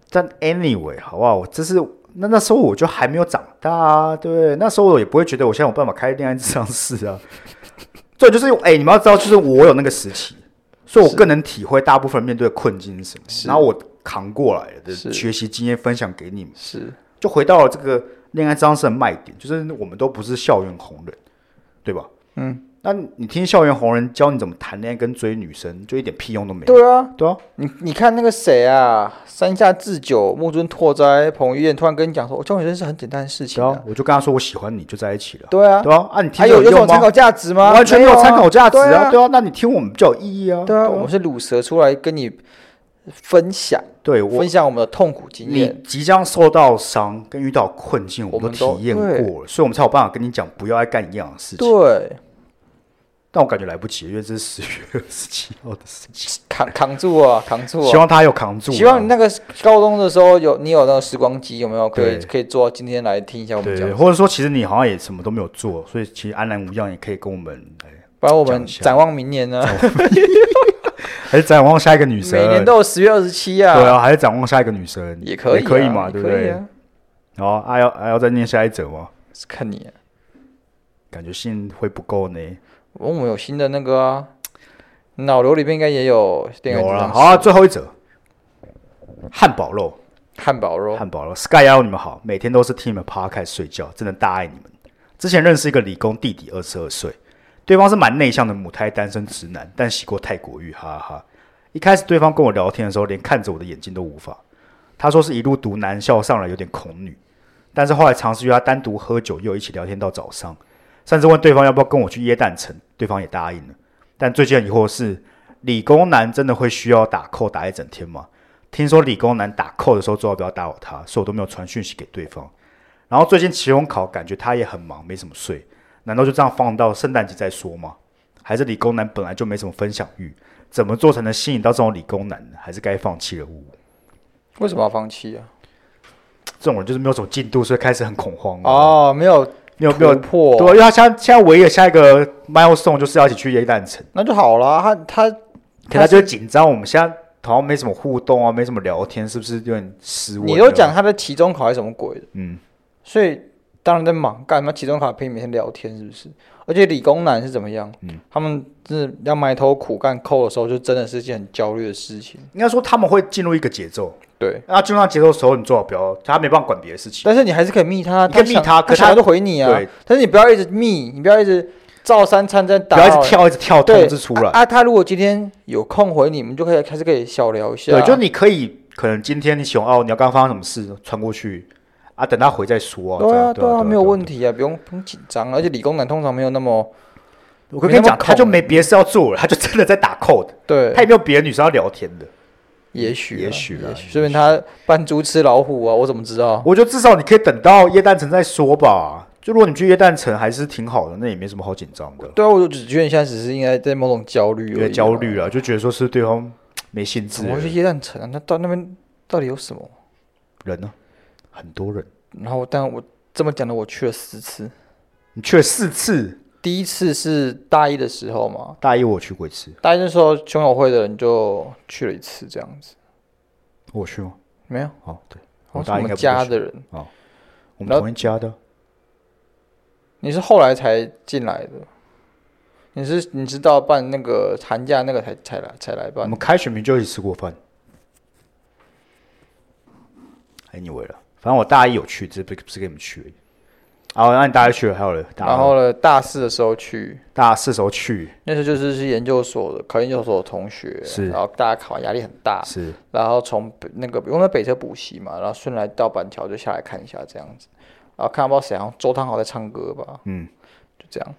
S1: 但 anyway，好不好？我这是那那时候我就还没有长大啊，对不对？那时候我也不会觉得我现在有办法开恋爱智商室啊。 *laughs* 对，就是哎、你们要知道，就是我有那个时期，所以我更能体会大部分人面对的困境是什么。然后我扛过来的
S2: 是
S1: 学习经验分享给你们，
S2: 是，
S1: 就回到了这个恋爱智商室的卖点，就是我们都不是校园红人，对吧？
S2: 嗯，
S1: 那你听校园红人教你怎么谈恋爱跟追女生，就一点屁用都没有。
S2: 对啊，
S1: 对啊，
S2: 你你看那个谁啊，山下智久、木村拓哉、彭于晏突然跟你讲说，我教女生是很简单的事情
S1: 对啊
S2: 啊，，
S1: 我就跟他说我喜欢你，就在一起了。
S2: 对啊，
S1: 对啊，啊，你听
S2: 还有有
S1: 有
S2: 种
S1: 用
S2: 参
S1: 吗
S2: 考？价值吗？
S1: 完全没
S2: 没
S1: 有参考价值
S2: 啊，
S1: 对啊，那你听我们比较有意义啊，
S2: 对啊，我
S1: 我
S2: 们是卤蛇出来跟你分享
S1: 对我
S2: 分享我们的痛苦经
S1: 你
S2: 验，
S1: 即将受到伤跟遇到困境，我
S2: 我
S1: 们
S2: 们
S1: 都
S2: 都
S1: 体验
S2: 对
S1: 过了，所以我们才有办法跟你讲不要再干一样的事情。
S2: 对，
S1: 但我感觉来不及了，因为这是十月十七号的事情，
S2: 扛扛住啊，扛住
S1: 希
S2: 啊。
S1: 望他有扛住啊。
S2: 希望你那个高中的时候有你有那个时光机有没有？可以
S1: 对
S2: 可以做到今天来听一下我们
S1: 对
S2: 讲
S1: 对，，或者说其实你好像也什么都没有做，所以其实安然无恙也可以跟我们哎
S2: 不然我
S1: 讲
S2: 们
S1: 一下
S2: 展望明年呢？ *laughs*
S1: 还是展望下一个女生，
S2: 每年都有十月二十七啊，
S1: 对啊，还是展望下一个女生
S2: 也可以啊、
S1: 也可以嘛，对不
S2: 也可以
S1: 对？
S2: 啊？
S1: 然后还哦要啊还要再念下一则吗？
S2: 是看你啊、
S1: 感觉信会不够呢。
S2: 我们有新的那个啊，脑瘤里面应该也有恋爱
S1: 有
S2: 智
S1: 了，
S2: 商
S1: 好、最后一则，汉堡肉，
S2: 汉堡肉，
S1: 汉堡肉，Sky 幺你们好，每天都是听你们 Podcast 睡觉，真的大爱你们。之前认识一个理工弟弟，二十二岁，对方是蛮内向的母胎单身直男，但洗过泰国浴，哈哈哈。一开始对方跟我聊天的时候，连看着我的眼睛都无法。他说是一路读男校上来有点恐女，但是后来尝试约他单独喝酒，又一起聊天到早上，甚至问对方要不要跟我去耶诞城，对方也答应了。但最近的疑惑是，理工男真的会需要打扣打一整天吗？听说理工男打扣的时候最好不要打扰他，所以我都没有传讯息给对方。然后最近期中考，感觉他也很忙，没什么睡，难道就这样放到圣诞节再说吗？还是理工男本来就没什么分享欲，怎么做才能吸引到这种理工男呢？还是该放弃了我？
S2: 为什么要放弃啊？
S1: 这种人就是没有走进度，所以开始很恐慌。啊
S2: 哦，没有
S1: 你嗯有没有
S2: 突破，
S1: 对，因为他现在现在唯一的下一个 milestone 就是要一起去耶诞城，
S2: 那就好了。他他
S1: 可他就会紧张。我们现在好像没什么互动啊，没什么聊天，是不是有点失望？
S2: 你都讲，他的期中考是什么鬼的，
S1: 嗯，
S2: 所以当然在忙干嘛？期中考陪你每天聊天是不是？而且理工男是怎么样？
S1: 嗯
S2: 他们是要埋头苦干扣的时候，就真的是件很焦虑的事情。
S1: 应该说他们会进入一个节奏，
S2: 对，
S1: 那进入到节奏的时候，你最好不要，他没办法管别的事情。
S2: 但是你还是可以密他，
S1: 你可以密
S2: 想
S1: 他
S2: 他
S1: 可是
S2: 想
S1: 他
S2: 要就回你啊
S1: 对。
S2: 但是你不要一直密，你不要一直照三餐在
S1: 不
S2: 打扰
S1: 要一
S2: 人，
S1: 直跳，一直跳
S2: 对
S1: 通知出来。
S2: 啊。他如果今天有空回你，我们就可以还是可啊以小聊一下。
S1: 对，就你可以可能今天你喜欢哦，你要刚刚发生什么事，传过去啊，等他回再说
S2: 对
S1: 这
S2: 啊
S1: 样对
S2: 对啊，没有问
S1: 题。
S2: 题啊，不用不用紧张。而且理工男通常没有那么
S1: 我跟你讲，
S2: 没那么空啊
S1: 他就没别的事要做了，他就真的在打 code，
S2: 对
S1: 他，也没有别的女生要聊天的。
S2: 也许啊
S1: 也许啊
S2: 也许，说明他扮猪吃老虎啊，我怎么知道？
S1: 我觉得至少你可以等到耶诞城再说吧。就如果你去耶诞城还是挺好的，那也没什么好紧张的。
S2: 对啊，我就只觉得你现在只是应该在某种焦虑而已啊，
S1: 有点焦虑啊，就觉得说是对方没兴
S2: 怎
S1: 致
S2: 么
S1: 了
S2: 会去夜蛋城啊？那到那边到底有什么？
S1: 人呢、很多人，
S2: 然后，但我这么讲的，我去了四次。
S1: 你去了四次，
S2: 第一次是大一的时候嘛，
S1: 大一我去过一次，
S2: 大一的时候熊友会的人就去了一次，这样子
S1: 我去吗？
S2: 没有。
S1: 哦，对，
S2: 我
S1: 我
S2: 是
S1: 大
S2: 我
S1: 一应该
S2: 们
S1: 不会
S2: 家
S1: 去
S2: 的人，
S1: 哦，我
S2: 然
S1: 们
S2: 后
S1: 同一家的，啊
S2: 你是后来才进来的，你是你是到办那个寒假那个才才来才来
S1: 我
S2: 办
S1: 们，开学明就一起吃过饭。Anyway 了，反正我大一有去，只是不不是跟你们去而已。好，那你大一去了，还有了，大二
S2: 然后呢大四的时候去，
S1: 大四时候去
S2: 那时候就是是研究所的考研究所的同学，啊
S1: 是
S2: 然后大家考完压力很大，
S1: 是
S2: 然后从北那个我们在北车补习嘛，然后顺来到板桥就下来看一下这样子，然后看到不知道谁好像周汤豪在唱歌吧，
S1: 嗯，
S2: 就这样，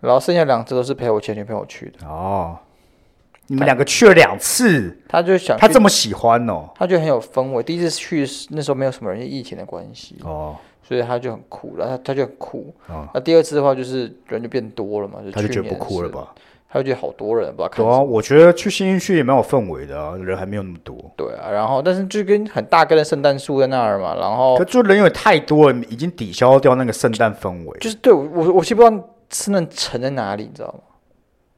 S2: 然后剩下两次都是陪我前女朋友去的，
S1: 哦，你们两个去了两次，
S2: 他就想
S1: 他
S2: 去
S1: 这么喜欢哦，
S2: 他就很有氛围。第一次去是那时候没有什么人，因为疫情的关系，
S1: 哦，
S2: 所以他就很酷，然后他他就很酷。
S1: 哦
S2: 那第二次的话就是人就变多了嘛，就
S1: 他就
S2: 去
S1: 觉得不
S2: 年的
S1: 酷了
S2: 事？
S1: 吧？
S2: 他就觉得好多人，不知道看
S1: 对
S2: 什
S1: 啊，
S2: 么
S1: 我觉得去新一区也蛮有氛围的啊，人还没有那么多，
S2: 对啊，然后但是就跟很大根的圣诞树在那儿嘛，然后
S1: 可就人有点太多了，已经抵消掉那个圣诞氛围，
S2: 就是对我我我其实不知道圣诞城在哪里，你知道吗？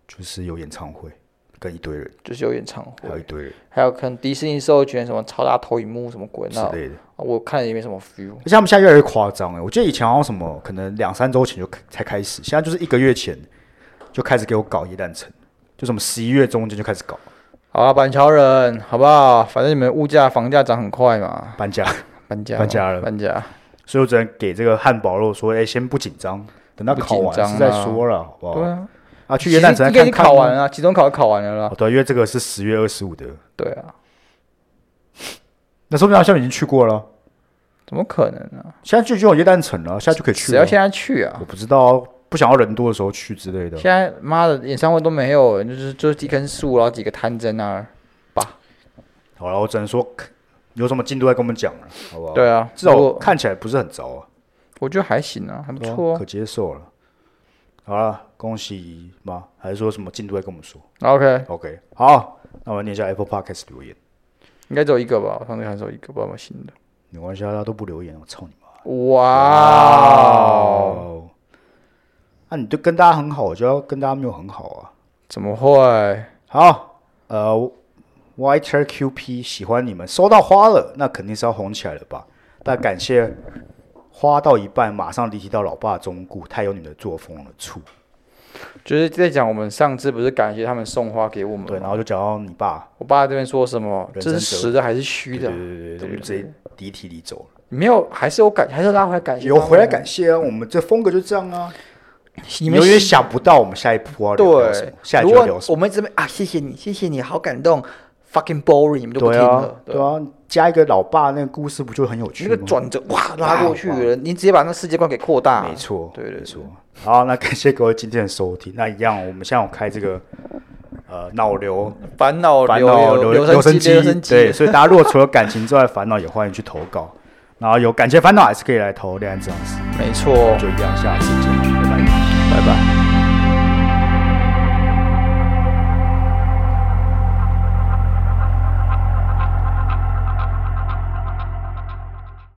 S1: 就是有演唱会跟一堆人，
S2: 就是有演唱
S1: 还
S2: 会
S1: 有一，堆人
S2: 还有可能迪士尼授权什么超大投影幕什么鬼，
S1: 之
S2: 那
S1: 类的。
S2: 我看了也没什么 feel。
S1: 而且他们现在越来越夸张欸了，我记得以前好像什么，可能两三周前就开才开始，现在就是一个月前就开始给我搞一诞城，就什么十一月中间就开始搞
S2: 好了，板桥人，好不好？反正你们物价、房价涨很快嘛，
S1: 搬家。 *laughs*
S2: 搬家嘛，
S1: 搬家了
S2: 搬家。
S1: 所以我只能给这个汉堡肉说，哎、先不紧张，等到考
S2: 不紧
S1: 完
S2: 张啊
S1: 是再说了，好不好？
S2: 对啊，
S1: 啊，去元旦城
S2: 应该已
S1: 看看
S2: 经考完了啊，期中考考完了啦
S1: 哦。对，因为这个是十月二十五的，
S2: 对啊，
S1: 那说不定他现在已经去过了，
S2: 怎么可能呢、
S1: 现在就已经有元旦城了，现在就可以去
S2: 只要
S1: 了。
S2: 现在去啊
S1: 我！不知道，不想要人多的时候去之类的
S2: 现。在妈的演唱会都没有，就是就是几根树，然后几个摊在那儿吧。
S1: 好了，我只能说 *clears throat* 有什么进度再跟我们讲了，好不好？，
S2: 对啊，
S1: 至少
S2: 我
S1: 看起来不是很糟啊，
S2: 我觉得还行啊，还不
S1: 对啊
S2: 错、啊
S1: 可。接受了。好了，恭喜吗？还是说什么进度再跟我们说
S2: OK，
S1: ？OK，好，那我们念一下 Apple Podcast 留言。
S2: 应该只有一个吧？我上次看只有一个，不知道有没有新的。
S1: 没关系啊，大家都不留言，我操你妈！
S2: 哇、
S1: 哦，那、啊你就跟大家很好，我就要跟大家没有很好啊。
S2: 怎么会？
S1: 好，呃，Whiter QP 喜欢你们，收到花了，那肯定是要红起来了吧？但感谢花到一半马上离题到老爸的中顾，太有你们的作风了，醋。
S2: 就是在讲我们上次不是感谢他们送花给我们
S1: 对，然
S2: 吗？
S1: 后就讲到你爸，
S2: 我爸这边说什么？
S1: 人
S2: 这是
S1: 生哲
S2: 实的还是虚
S1: 对
S2: 的
S1: 对？对对对，就直接离题离走了。
S2: 没有，还是有感，还是有拉回来感谢他
S1: 有
S2: 们啊。
S1: 回来感谢啊，我们这风格就这样啊。
S2: 你
S1: 你
S2: 们
S1: 永远想不到我们下一啊波要聊什
S2: 对
S1: 么，，下一
S2: 如
S1: 集
S2: 果
S1: 要聊什
S2: 我
S1: 么。
S2: 们这边啊，谢谢你，谢谢你，好感动，fucking boring，你们就不
S1: 对
S2: 听
S1: 啊
S2: 了，。
S1: 对啊，加一个老爸那个故事不就很有趣
S2: 那
S1: 吗？
S2: 个转折哇拉过去了，你直接把那世界观给扩大。
S1: 没，错，
S2: 对对对
S1: 没错。好，那感谢各位今天的收听。那一样，我们现在有开这个呃脑流
S2: 烦恼
S1: 烦
S2: 哦流
S1: 恼留
S2: 留
S1: 声
S2: 声
S1: 机
S2: 留声，机，
S1: 对，所以大家如果除了感情之外的烦恼，也欢迎去投稿。然后有感情烦恼还是可以来投恋爱智商师，
S2: 没错
S1: 就。一样，下次见，拜拜。